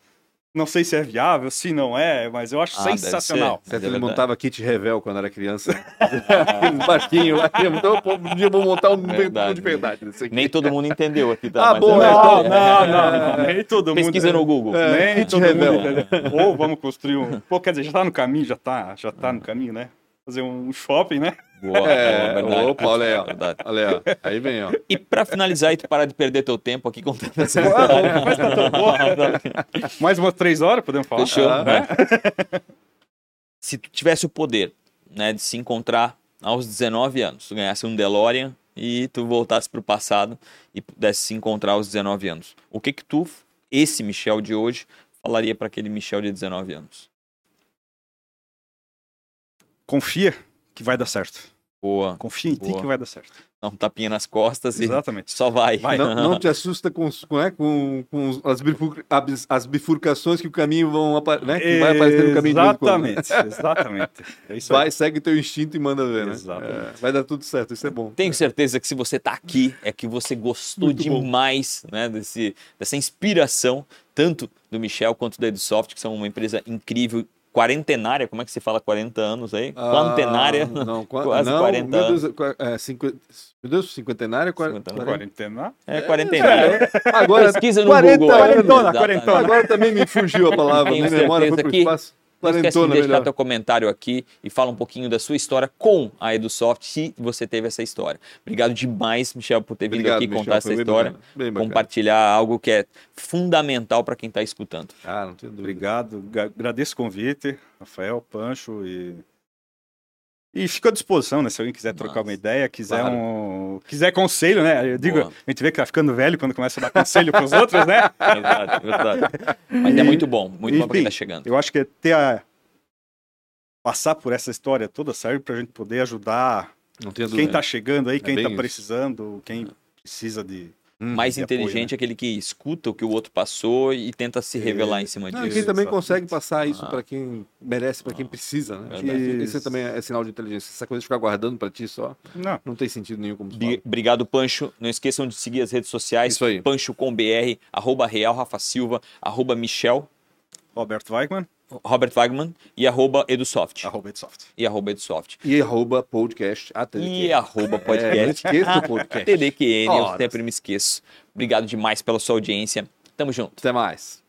C: Não sei se é viável, se não é, mas eu acho
B: Ah, deve
C: sensacional.
A: certo,
B: Mas é
A: ele
B: verdade.
A: montava kit revel quando era criança. Aqueles barquinhos lá. Então, pô, um dia eu vou montar um
B: Verdade.
A: de verdade. não sei o
B: Nem
A: quê.
B: todo mundo entendeu aqui,
A: Ah,
B: tá? Mas
A: boa,
B: é-
A: então.
C: Não, não, não, não. Nem todo mundo.
B: Pesquisa no Google.
A: É.
C: Nem
A: Kit
C: todo mundo
A: rebelde.
C: entendeu. Ou vamos construir um. Pô, quer dizer, já tá no caminho, já tá, já tá no caminho, né? Fazer um shopping, né?
B: Boa,
A: É,
B: boa, verdade. É
A: opa, olha aí, ó.
B: Verdade.
A: Olha, ó, aí vem, ó.
B: E pra finalizar e tu parar de perder teu tempo aqui contando essa
C: Mas tá tão boa. Mais umas três horas, podemos falar?
B: Fechou.
A: Ah,
B: né? Se tu tivesse o poder, né, de se encontrar aos 19 anos, tu ganhasse um DeLorean e tu voltasse pro passado e pudesse se encontrar aos 19 anos, o que que tu, esse Michel de hoje, falaria para aquele Michel de 19 anos?
C: Confia que vai dar certo.
B: Boa,
C: Confia em ti
B: Boa.
C: que vai dar certo.
B: dá um tapinha nas costas e
C: Exatamente.
B: só vai.
C: Vai.
A: Não, não te assusta com, os- com, né, com, com os- as, bifur- abis- as bifurcações que o caminho vão apa- né, que vai aparecer no caminho de vez em quando.
C: Exatamente, exatamente. É isso aí.
A: Vai, segue teu instinto e manda ver, né?
C: Exatamente.
A: É, vai dar tudo certo, isso é bom.
B: Tenho certeza que se você está aqui é que você gostou
A: Muito bom.
B: demais né, desse, dessa inspiração, tanto do Michel quanto da Edsoft, que são uma empresa incrível, quarentenária, como é que se fala 40 anos aí? Quantenária.
A: Ah, não, qua-
B: Quase
A: não,
B: 40
A: meu Deus, qua- é, cinquenta- meu Deus, cinquentenária? quar-
B: Cinquentenária.
A: quarenta-
C: Quarentena.
B: É, quarentenária.
A: Agora,
B: Pesquisa no
A: quarenta
B: Google.
A: anos.
B: Exatamente.
C: Quarentona,
A: agora também me fugiu a palavra, né?
B: Tenho
A: minha memória foi
B: certeza
A: pro
B: que-
A: espaço.
B: Não esquece de
A: Quarentona,
B: deixar
A: melhor.
B: teu comentário aqui e fala um pouquinho da sua história com a EduSoft, se você teve essa história. Obrigado demais, Michel, por ter vindo
A: Obrigado,
B: aqui
A: Michel,
B: contar
A: foi
B: essa
A: bem
B: história,
A: bacana, bem bacana.
B: compartilhar algo que é fundamental para quem está escutando.
A: Ah, não tenho dúvida.
C: Obrigado. ga- Agradeço o convite, Rafael, Pancho e. E fico à disposição, né? Se alguém quiser trocar uma
B: Nossa,
C: ideia, quiser
B: claro.
C: um. Quiser conselho, né? Eu digo,
B: Boa.
C: a gente vê que tá ficando velho quando começa a dar conselho pros outros, né?
B: Verdade, verdade. Mas é
C: E-
B: muito bom, muito bom pra quem
C: enfim,
B: tá chegando.
C: Eu acho que é ter a... passar por essa história toda serve para a gente poder ajudar
A: Não tenho
C: quem tá
A: dúvida.
C: está chegando aí, quem
A: bem
C: está
A: isso.
C: precisando, quem precisa de. né.
A: Hum.
B: Mais
C: de
B: inteligente é aquele que escuta o que o outro passou e tenta se revelar em cima
A: Não, e
B: disso.
A: quem tá- também
C: Exatamente.
A: consegue passar isso
B: Ah.
A: pra quem merece, pra quem precisa, né? Acho que
C: Verdade.
A: Isso também é sinal de inteligência. Essa coisa de ficar guardando pra ti só,
C: Não.
A: não tem sentido nenhum como tu
B: Bri-
A: fala.
B: Obrigado, Pancho. Não esqueçam de seguir as redes sociais.
A: Isso aí.
B: Pancho com BR, arroba Real Rafa Silva, arroba Michel,
C: Roberto Weichmann,
B: Robert Wagman e arroba Edusoft.
C: arroba Edsoft.
B: E arroba Edusoft.
A: E arroba podcast ATDQ.
B: E arroba
A: É, não
B: podcast.
A: esqueça do podcast.
B: TDQN, eu
A: Ora.
B: sempre me esqueço. Obrigado demais pela sua audiência. Tamo junto.
A: Até mais.